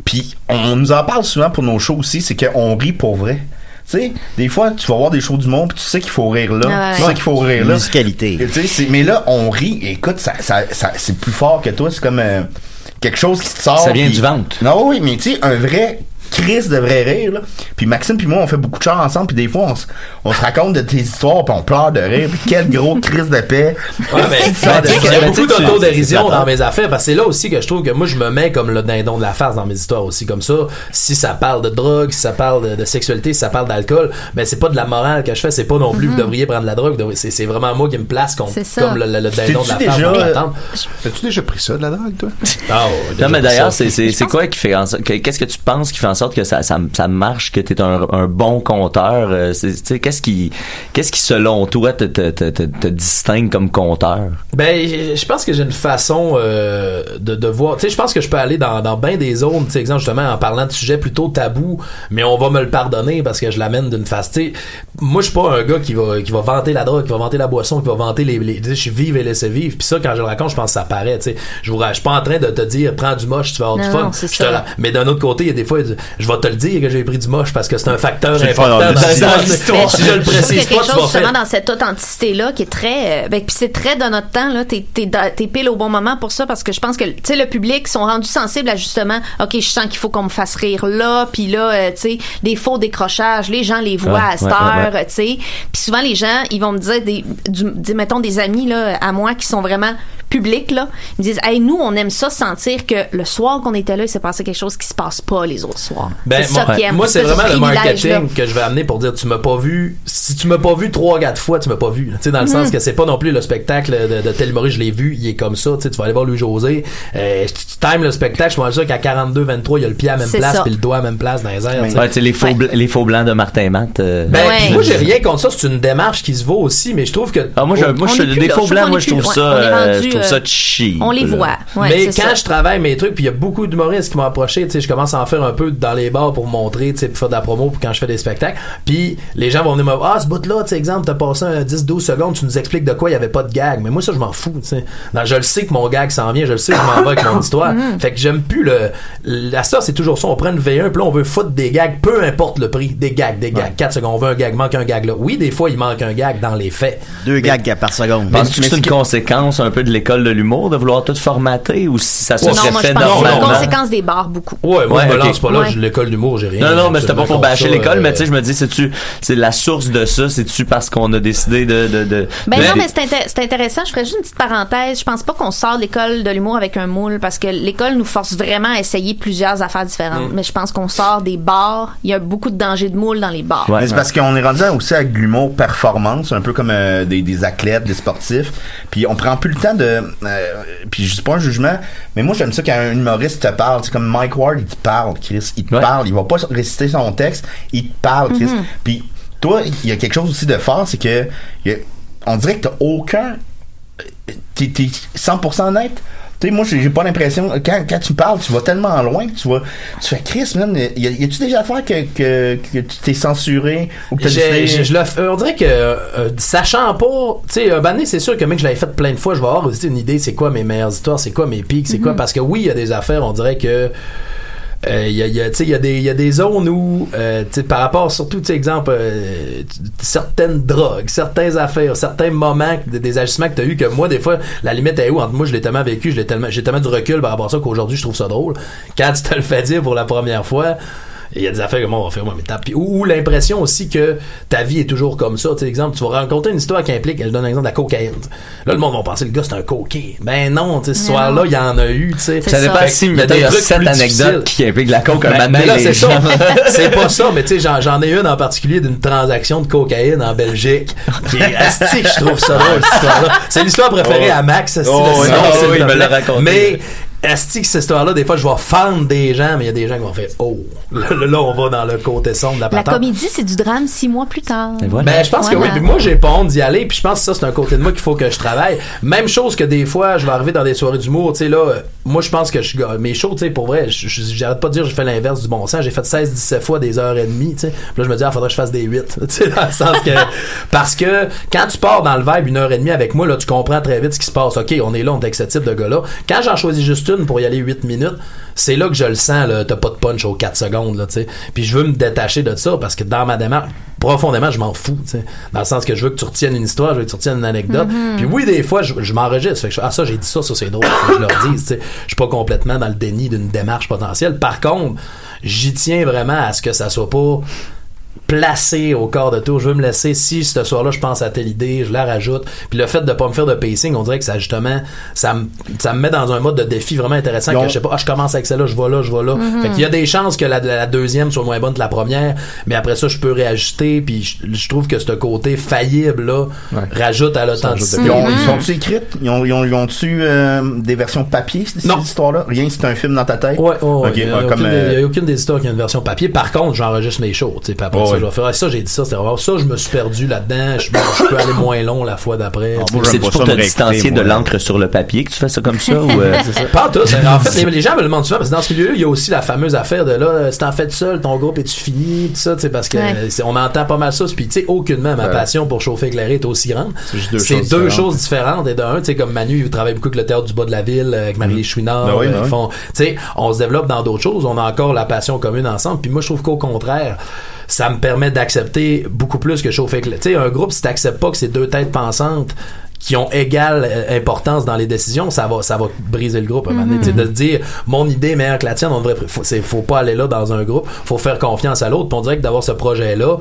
S8: Puis on, on nous en parle souvent pour nos shows aussi, c'est qu'on rit pour vrai. Tu sais, des fois, tu vas voir des shows du monde, puis tu sais qu'il faut rire là,
S5: Ah ouais.
S8: tu sais qu'il faut rire là.
S5: Musicalité.
S8: Et tu sais, c'est- mais là, on rit, et écoute, ça, ça, ça- c'est plus fort que toi, c'est comme euh, quelque chose qui te sort.
S9: Ça vient
S8: puis-
S9: du ventre.
S8: Non, oui, mais tu sais, un vrai crise de vrai rire, là. Puis Maxime puis moi, on fait beaucoup de chars ensemble, puis des fois, on, se- on se raconte de tes histoires, puis on pleure de rire, puis quel gros crise de paix.
S13: Ouais, mais
S6: ben,
S8: Ça,
S13: tu sais qu'il Ah, y a
S8: ça,
S13: beaucoup
S8: ça,
S13: d'autodérision
S8: c'est
S13: dans mes affaires parce que c'est là aussi que je trouve que moi je me mets comme le dindon de la face dans mes histoires aussi comme ça si ça parle de drogue si ça parle de, de sexualité si ça parle d'alcool ben c'est pas de la morale que je fais c'est pas non plus
S8: Mhm.
S13: vous devriez prendre de la drogue vous devriez- c'est c'est vraiment moi qui me place comme,
S8: C'est ça.
S13: comme le, le- le dindon de la
S8: T'es-tu
S13: face
S8: déjà-
S13: dans la tente.
S6: T'as-tu déjà pris ça de la drogue, toi?
S13: Ah, ouais,
S9: Non, mais
S13: déjà
S9: d'ailleurs,
S13: ça.
S9: c'est, c'est, c'est quoi qui fait en sorte, que- qu'est-ce que tu penses qui fait en sorte sorte que ça, ça, ça marche, que tu es un, un bon conteur? euh, c'est- tu sais, Qu'est-ce qui, qu'est-ce qui, selon toi, te, te, te, te- te distingue comme conteur?
S13: Ben, je je pense que j'ai une façon euh, de, de voir. Tu sais, je pense que je peux aller dans, dans bien des zones. Tu sais, exemple, justement, en parlant de sujets plutôt tabous, mais on va me le pardonner parce que je l'amène d'une façon. Tu sais, moi, je suis pas un gars qui va, qui va vanter la drogue, qui va vanter la boisson, qui va vanter les. les- tu sais, je suis vive et laissé vivre. Puis ça, quand je le raconte, je pense que ça paraît. Tu sais, je vous ra- je suis pas en train de te dire, prends du moche, tu vas avoir
S7: Non,
S13: du fun.
S7: non, c'est
S13: Je te
S7: ça.
S13: la- Mais d'un autre côté, il y a des fois, je vais te le dire que j'ai pris du moche parce que c'est un facteur
S9: C'est le fun,
S13: important
S9: dans
S13: dans
S9: l'histoire.
S13: l'histoire. Ah, Si je le
S7: Je trouve qu'il y a
S13: précise pas,
S7: quelque
S13: tu vas
S7: chose
S13: faire.
S7: justement dans cette authenticité-là qui est très. euh, ben, puis c'est très de notre temps, là. T'es, t'es, dans- t'es pile au bon moment pour ça parce que je pense que, tu sais, le public sont rendus sensibles à justement, OK, je sens qu'il faut qu'on me fasse rire là, puis là, euh, tu sais, des faux décrochages, les gens les voient
S20: Ouais,
S7: à cette
S20: ouais,
S7: heure,
S20: ouais, ouais.
S7: tu sais. Puis souvent, les gens, ils vont me dire, des, du- des- mettons, des amis, là, à moi qui sont vraiment publics, là. Ils me disent, hey, nous, on aime ça sentir que le soir qu'on était là, il s'est passé quelque chose qui se passe pas les autres soirs.
S13: Ben,
S7: c'est
S13: moi,
S7: ça qu'ils aiment.
S13: moi, c'est
S7: ce
S13: vraiment le
S7: privilège-là.
S13: marketing que je vais amener pour dire tu m'as pas vu. Si tu m'as pas vu trois, quatre fois, tu m'as pas vu. Tu sais, dans le
S7: Mhm.
S13: sens que c'est pas non plus le spectacle de, de tel humoriste, je l'ai vu, il est comme ça. Tu sais, tu vas aller voir Louis-José. euh, tu tu times le spectacle, je suis sûr qu'à 42, 23, il y a le pied à la même
S9: C'est
S13: place
S9: ça.
S13: puis le doigt à la même place dans les airs.
S8: Ben,
S13: tu sais.
S9: Ouais, tu sais, les, faux bla- les faux blancs de Martin Matt. euh,
S13: Ben, puis moi, j'ai rien contre ça. C'est une démarche qui se vaut aussi, mais je trouve que.
S9: Ah, moi, je- moi, je suis- On est plus les là, faux je trouve blancs, qu'on moi, est je plus trouve loin. ça, On est euh, rendu, je trouve euh, ça cheap, on les là. voit. Ouais,
S13: mais
S9: c'est
S13: quand
S9: ça.
S13: je travaille mes trucs, puis il y a beaucoup d'humoristes qui m'ont approché, tu sais, je commence à en faire un peu dans les bars pour montrer, tu sais, pour faire de la promo pour quand je fais des spectacles. Puis les gens vont venir me voir, ah, ce bout-là, tu sais, exemple, t'as passé un 10-12 secondes, tu nous expliques de quoi il n'y avait pas de gag. Mais moi, ça, je m'en fous, tu sais. Non, je le sais que mon gag s'en vient, je le sais que je m'en vais avec mon histoire.
S9: Mm.
S13: Fait que j'aime plus le. La ça, c'est toujours ça. On prend une V1, puis là, on veut foutre des gags, peu importe le prix. Des gags, des gags. 4 secondes, on veut un gag, manque un gag là. Oui, des fois, il manque un gag dans les faits.
S5: Deux gags par seconde.
S9: Penses-tu que c'est une conséquence un peu de l'école de l'humour de vouloir tout formater ou si ça se
S7: non,
S9: serait
S7: moi, je
S9: fait
S7: pense que c'est une
S9: normalement?
S7: conséquence des bars, beaucoup.
S13: hein. Ouais, moi,
S9: Ouais,
S13: je me
S9: ok.
S13: lance pas là,
S7: Ouais.
S13: j'ai l'école d'humour, j'ai rien.
S9: Non, non,
S13: j'ai
S9: mais c'était pas
S13: absolument
S9: pour
S13: contre
S9: bâcher
S13: ça,
S9: l'école,
S13: euh,
S9: mais tu sais, je me dis, c'est-tu, c'est la source de ça, c'est-tu parce qu'on a décidé de, de, de-
S7: Ben
S9: de-
S7: non, mais c'est inté- c'est intéressant. Je ferais juste une petite parenthèse. Je pense pas qu'on sort de l'école de l'humour avec un moule parce que l'école nous force vraiment à essayer plusieurs affaires
S13: Mm.
S7: différentes. Mais je pense qu'on sort des bars. Il y a beaucoup de dangers de moule dans les bars.
S8: Mais Ben, c'est parce qu'on est rendu aussi avec de l'humour performance, un peu comme euh, des, des athlètes, des sportifs. Puis on prend plus le temps de. euh, puis je dis pas un jugement, mais moi j'aime ça quand un humoriste te parle. C'est comme Mike Ward, il te parle, Chris. Il te parle. Il va pas réciter son texte, il te parle, Chris.
S5: Mm-hmm.
S7: Mhm.
S8: Puis toi, il y a quelque chose aussi de fort, c'est que il y a- on dirait que t'as aucun euh, t'es, t'es 100% net. Tu sais, moi, j'ai j'ai pas l'impression. Quand, quand tu parles, tu vas tellement loin que tu vas. Tu fais Chris, man. Y, a, tu déjà affaire que, que, que tu t'es censuré ou que t'as
S13: J'ai-
S8: décidé-
S13: j'ai- je le f- euh, on dirait que euh, euh, sachant pas tu sais un moment donné, c'est sûr que même que je l'avais fait plein de fois je vais avoir aussi une idée c'est quoi mes meilleures histoires c'est quoi mes pics c'est quoi
S9: Mhm.
S13: parce que oui il y a des affaires on dirait que euh, il y a, il y a- tu sais, il y a des- il y a des zones où, euh, tu sais, par rapport surtout, tu sais, exemple, euh, tu- certaines drogues, certaines affaires, certains moments, que- des, des agissements que tu as eu que moi, des fois, la limite est où entre moi, je l'ai tellement vécu, je l'ai tellement, j'ai tellement du recul par rapport à ça qu'aujourd'hui, je trouve ça drôle. Quand tu te le fais dire pour la première fois, il y a des affaires que moi, on va faire, moi, mais t'as- puis- Ou, ou l'impression aussi que ta vie est toujours comme ça. Tu sais, exemple, tu vas rencontrer une histoire qui implique, je donne un exemple, de la cocaïne. Là, le monde va penser, le gars, c'est un coquet. Ben non, tu sais, ce
S9: Non.
S13: soir-là, il y en a eu, tu sais.
S9: Ça dépend
S13: Fait que
S9: si,
S13: il y a
S9: mettons,
S13: des
S9: il y a
S13: trucs
S9: sept
S13: plus
S9: anecdotes
S8: Mm-hmm.
S13: difficiles.
S9: qui impliquent la coke un
S13: Ben-
S9: matin.
S13: ben là,
S9: les
S13: c'est ça.
S9: gens-
S13: c'est pas ça, mais tu sais, j'en, j'en ai une en particulier d'une transaction de cocaïne en Belgique. Qui est astique, je trouve ça drôle, cette histoire-là. C'est l'histoire préférée
S9: Oh.
S13: à Max, asti,
S9: Oh,
S13: le
S9: oui,
S13: silence,
S9: oh,
S13: s'il
S9: oui,
S13: te
S9: il me l'a
S13: plaît.
S9: raconté.
S13: Mais, astique, cette histoire-là, des fois, je vais fendre des gens, mais il y a des gens qui vont faire, oh, là, là, on va dans le côté sombre de la
S7: La
S13: patente.
S7: comédie, c'est du drame six mois plus tard.
S13: Ben, je pense que oui.
S7: Voilà.
S13: Puis moi, j'ai pas honte d'y aller. Puis je pense que ça, c'est un côté de moi qu'il faut que je travaille. Même chose que des fois, je vais arriver dans des soirées d'humour. Tu sais, là, euh, moi, je pense que je suis gars- mes shows, tu sais, pour vrai, je- je- j'arrête pas de dire, je fais l'inverse du bon sens. J'ai fait 16, 17 fois des heures et demie, tu sais. Puis là, je me dis, ah, faudrait que je fasse des 8. Tu sais, dans le sens que, parce que quand tu pars dans le vibe une heure et demie avec moi, là, tu comprends très vite ce qui se passe. OK, on est là, on est avec ce type de gars-là. Quand j'en choisis juste une pour y aller 8 minutes, c'est là que je le sens, là. T'as pas de punch aux 4 secondes, là, tu sais. Puis je veux me détacher de ça parce que dans ma démarche, profondément, je m'en fous, tu sais. Dans le sens que je veux que tu retiennes une histoire, je veux que tu retiennes une anecdote.
S9: Mhm.
S13: Puis oui, des fois, je, je m'enregistre. Fait que je fais, ah, ça, j'ai dit ça, ça, c'est drôle. Faut que je leur dise, tu sais. Je suis pas complètement dans le déni d'une démarche potentielle. Par contre, j'y tiens vraiment à ce que ça soit pas placé au corps de tour. Je veux me laisser, si ce soir-là, je pense à telle idée, je la rajoute. Puis le fait de pas me faire de pacing, on dirait que ça, justement, ça me, ça me met dans un mode de défi vraiment intéressant
S8: Donc-
S13: que je sais pas, ah, je commence avec celle-là, je vais là, je vais là.
S8: Mhm.
S13: Fait qu'il y a des chances que la, la deuxième soit moins bonne que la première, mais après ça, je peux réajuster, puis je, je trouve que ce côté faillible-là rajoute à l'authenticité.
S8: Ils ont- Ils sont-tu écrites? Ils ont- ils ont- ils ont-tu euh, des versions papier, cette cette histoire-là? Rien, c'est un film dans ta tête?
S13: Ouais, ouais, ouais.
S8: Ok,
S13: il n'y a,
S8: ouais,
S13: aucune
S8: comme,
S13: des-
S8: euh,
S13: il y a aucune des histoires qui a une version papier. Par contre, j'enregistre mes shows. tu sais, puis après
S8: Ouais,
S13: ça,
S8: ouais.
S13: je vais faire ah, ça, j'ai dit ça, c'était vraiment ça, je me suis perdu là-dedans, je, je peux aller moins long la fois
S8: Ah,
S13: d'après.
S9: C'est pour te distancier de l'encre sur le papier que tu fais ça comme ça ou euh,
S13: C'est ça. Pas en tout. En fait, les, les gens me le demandent souvent parce que dans ce milieu, il y a aussi la fameuse affaire de là, euh, si t'en fais tout seul, ton groupe et tu finis, tout ça, tu sais, parce que
S8: Ouais.
S13: c'est- on entend pas mal ça. Puis, tu sais, aucunement ma
S8: Ouais.
S13: passion pour chauffer éclairé est aussi grande. C'est
S8: deux choses
S13: deux
S8: différentes.
S13: choses différentes. Et de un, tu sais, comme Manu, il travaille beaucoup avec le théâtre du bas de la ville, euh, avec Marie-Lise Chouinard.
S8: Ben oui,
S13: euh,
S8: ben
S13: ils
S8: oui.
S13: font- tu sais, on se développe dans d'autres choses. On a encore la passion commune ensemble. Puis moi, je trouve qu'au contraire, ça me permet d'accepter beaucoup plus que chauffer éclairé. Tu sais, un groupe, si t'acceptes pas que c'est deux têtes pensantes, qui ont égale euh, importance dans les décisions, ça va, ça va briser le groupe. à un moment donné. Tu sais, De se dire, mon idée est meilleure que la tienne, on devrait, faut, c'est- faut pas aller là dans un groupe, faut faire confiance à l'autre. Puis On dirait que d'avoir ce projet-là,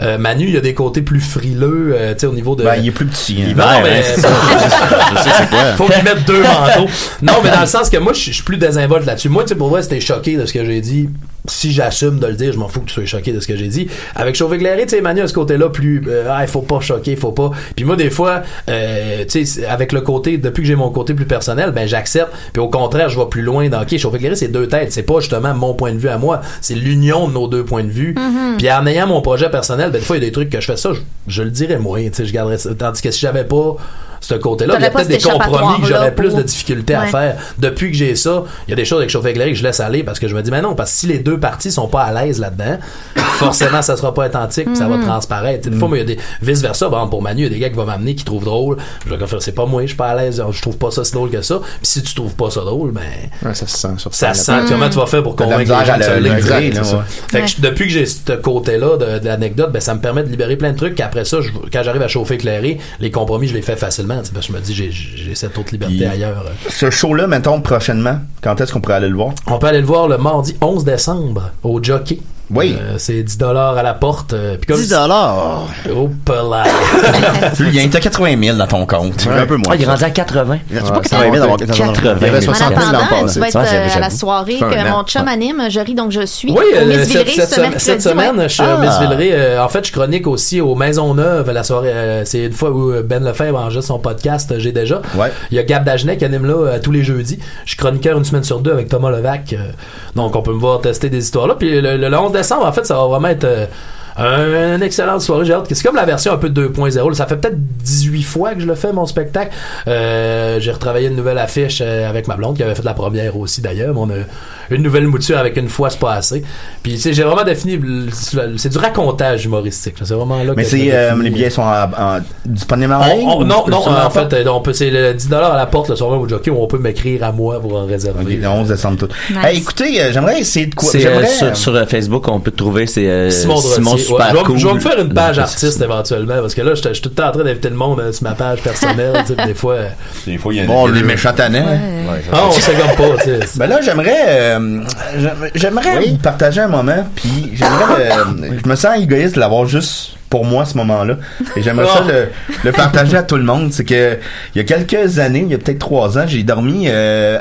S13: euh, Manu, il y a des côtés plus frileux, euh, tu sais, au niveau de.
S8: Ben, il est plus petit. hein.
S13: Non,
S8: Ouais,
S13: mais-
S8: ouais, c'est ça. Je sais c'est quoi.
S13: Faut qu'ils mettent deux manteaux. Non, mais dans le sens que moi, je suis- je suis plus désinvolte là-dessus. Moi, tu sais, pour vrai, c'était choqué de ce que j'ai dit. Si j'assume de le dire, je m'en fous que tu sois choqué de ce que j'ai dit. Avec Chauve éclairé, tu sais, Emmanuel, ce côté-là, plus, euh, ah, il faut pas choquer, faut pas. Puis moi, des fois, euh, tu sais, c'est- avec le côté, depuis que j'ai mon côté plus personnel, ben, j'accepte. Puis au contraire, je vais plus loin dans, OK, Chauve éclairé, c'est deux têtes. C'est pas justement mon point de vue à moi. C'est l'union de nos deux points de vue.
S8: Mhm.
S13: Puis en ayant mon projet personnel, ben, des fois, il y a des trucs que je fais ça, je, je le dirais moins, tu sais, je garderais ça. Tandis que si j'avais pas ce côté-là, il y a
S8: T'aurais pas
S13: peut-être des
S8: cet
S13: compromis que j'aurais
S8: échappatoire-là
S13: plus
S8: pour-
S13: de difficultés à
S8: Ouais.
S13: faire. Depuis que j'ai ça, il y a des choses avec chauffe éclairé que je laisse aller parce que je me dis, mais non, parce que si les deux parties sont pas à l'aise là-dedans, forcément, ça sera pas authentique puis ça va
S8: Mhm.
S13: transparaître. Des fois, moi, il y a des vice-versa. Par exemple, pour Manu, il y a des gars qui vont m'amener qui trouvent drôle. Je vais comme faire, c'est pas moi, je suis pas à l'aise, je trouve pas ça si drôle que ça. Puis si tu trouves pas ça drôle, ben,
S6: Ouais, ça se sent sur
S13: ça
S6: scène,
S13: sent.
S6: là.
S13: Comment tu vas faire pour
S6: T'as de la
S13: convaincre les
S6: misère
S13: gens
S6: à
S13: de se
S6: le- le
S13: livrer,
S6: dire,
S13: c'est
S6: là,
S13: ça.
S6: ouais.
S13: Fait que
S6: Ouais.
S13: je- depuis que j'ai ce côté-là de, de l'anecdote, ben, ça me permet de libérer plein de trucs. Qu'après ça, je- quand j'arrive à chauffer éclairé, les compromis, je les fais facilement. tu sais, Parce que je me dis, j'ai- j'ai cette autre liberté
S8: Puis-
S13: ailleurs.
S8: Ce show-là, mettons, prochainement, quand est-ce qu'on pourrait aller le voir?
S13: On peut aller le voir le mardi 11 décembre au Jockey. Oui. c'est 10 à la porte. euh, puis comme
S8: 10
S13: Oh, là.
S7: Ah
S8: Il y a 80 000 dans ton compte.
S9: Ouais.
S8: Un peu moins.
S9: Ah, il est rendu à 80.
S8: Je sais
S9: Ouais,
S8: pas 80 000 d'avoir 80 000. Il y avait 60 000
S7: En
S8: Ben, l'an
S7: attendant,
S8: passé.
S7: tu vas être
S8: Ouais, j'avoue,
S7: euh, à la
S8: j'avoue.
S7: soirée
S8: Ça fait
S7: que
S8: un an.
S7: mon chum anime, je ris donc je suis.
S13: Oui,
S7: au
S13: euh,
S7: Miss
S13: cette,
S7: Villeray
S13: cette
S7: ce
S13: sem-
S7: mercredi.
S13: cette semaine,
S7: ouais.
S13: je suis
S7: Ah.
S13: à Miss Villeray. euh, en fait, je chronique aussi aux Maisons Neuves la soirée. euh, c'est une fois où euh, Ben Lefebvre enregistre son podcast, euh, j'ai déjà. Il y a Gab Dagenet qui anime là euh, tous les jeudis. Je suis chroniqueur une semaine sur deux avec Thomas Levac. euh, donc, on peut me voir tester des histoires-là. Puis le, le- le 11 décembre, en fait, ça va vraiment être... euh, un- une excellente soirée, j'ai hâte. que- C'est comme la version un peu 2.0. là. Ça fait peut-être 18 fois que je le fais, mon spectacle. Euh, j'ai retravaillé une nouvelle affiche euh, avec ma blonde qui avait fait la première aussi d'ailleurs. mais On a une nouvelle mouture avec une fois, c'est pas assez. Puis tu sais, j'ai vraiment défini. le- le- C'est du racontage humoristique. là. C'est vraiment là
S8: Mais
S13: que je
S8: c'est,
S13: le
S8: euh,
S13: définis.
S8: les billets sont à- en- disponibles en ligne?
S13: On- on- Oh, non,
S8: Ou-
S13: non,
S8: sur
S13: en
S8: la
S13: fait, euh, on peut, c'est le 10 à la porte le soir même au jockey où on peut m'écrire à moi pour en réserver. Euh,
S8: le 11 décembre tout. Hey, écoutez, euh, j'aimerais essayer de quoi.
S9: C'est, euh,
S8: J'aimerais.
S9: sur, sur, euh, Facebook, on peut te trouver c'est euh,
S13: Simon,
S9: Simon,
S13: Drossier, ouais.
S9: Super
S13: je, vais,
S9: Cool.
S13: je vais me faire une page
S9: Donc,
S13: artiste éventuellement parce que là, je je suis tout le temps en train d'inviter le monde euh, sur ma page personnelle. tu sais, puis des fois, euh,
S8: Des fois, il y a Bon,
S13: il y a
S8: les
S13: des-
S8: méchants tannants.
S13: Ah, on sait comme pas, tu sais.
S8: Ben là, j'aimerais, euh, j'aimerais- j'aimerais vous partager un moment, puis j'aimerais, euh, je me sens égoïste de l'avoir juste pour moi ce moment-là, et j'aimerais ça
S13: Oh.
S8: le, le partager à tout le monde. C'est que il y a quelques années, il y a peut-être trois ans, j'ai dormi euh,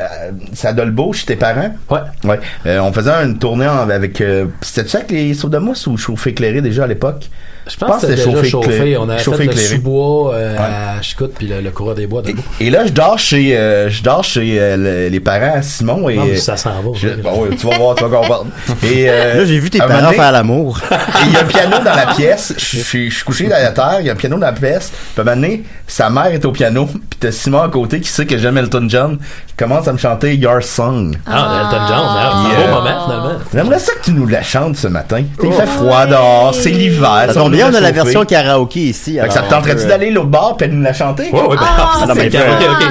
S8: à Dolbeau chez tes parents.
S13: Ouais.
S8: Ouais. Euh, on faisait une tournée en- avec, euh, c'était ça avec les sauts de mousse ou chauffe éclairé déjà à l'époque.
S13: Je pense que c'était déjà chauffé. On avait fait le sous-bois euh, à Chicoute puis le, le coureur des bois. d'abord.
S8: Et là, je dors chez, euh, je dors chez euh, le- les parents à Simon et.
S13: Non, Ah, mais ça s'en va. hein.
S8: Je- bah ouais, tu vas voir, tu vas comprendre. Et, euh,
S5: Là, j'ai vu tes
S8: à un moment
S5: parents
S8: donné-
S5: faire l'amour.
S8: Et Il y a un piano dans la pièce. Je suis je suis couché dans la terre. Il y a un piano dans la pièce. Puis à un moment donné, sa mère est au piano. Puis t'as Simon à côté qui sait que j'aime Elton John. Qui commence à me chanter Your Song.
S13: Ah, Elton John, hein, c'est un
S8: Yeah.
S13: beau moment finalement.
S8: J'aimerais ça que tu nous la chantes ce matin. Il
S20: Oh,
S8: fait froid dehors, c'est l'hiver.
S5: Ça
S8: ça
S5: tombe bien,
S8: nous
S5: on a la
S8: réchauffer.
S5: version karaoké ici.
S8: Fait que ça te tenterait-tu d'aller l'autre bord puis de nous la chanter?
S5: Ouais, ouais, ben, Ah,
S13: ça, c'est
S8: ok,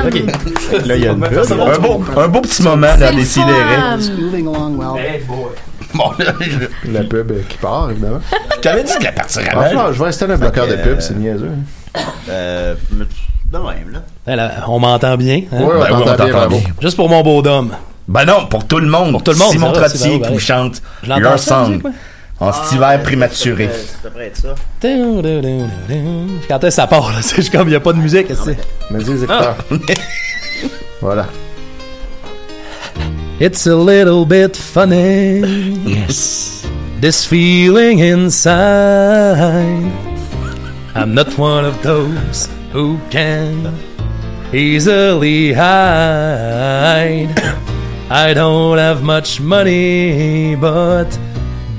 S13: ok,
S8: ok. Là, il y a une bulle. un, beau, un beau petit moment
S20: C'est
S8: dans
S20: le
S8: les
S13: hein.
S20: fun.
S8: Bon, là, je-
S6: La pub euh, qui part, évidemment.
S8: Je t'avais dit que la partie
S6: Ah, non, je vais installer un bloqueur de pub, c'est niaiseux.
S5: Euh, de même, là.
S13: Eh, là, on m'entend bien. hein?
S8: Ouais, on Ben oui, on t'entend t'entend bien, bien. bravo.
S13: Juste pour mon beau d'homme.
S8: Ben non, pour tout le monde.
S13: Pour tout le monde.
S8: Simon
S13: c'est vrai, c'est
S8: Trottier
S13: vrai,
S8: qui
S13: ouais.
S8: chante
S13: Je l'entends
S8: Your
S13: ça, la
S8: Song.
S13: musique, ouais.
S8: En cet hiver prématuré.
S5: ça.
S13: Quand est-ce que ça part, là? Tu sais, Je suis comme, il n'y a pas de musique. Ah, Mais les
S6: écouteurs.
S13: voilà. It's a little bit funny. Yes. This feeling inside. I'm not one of those who can easily hide. I don't have much money, but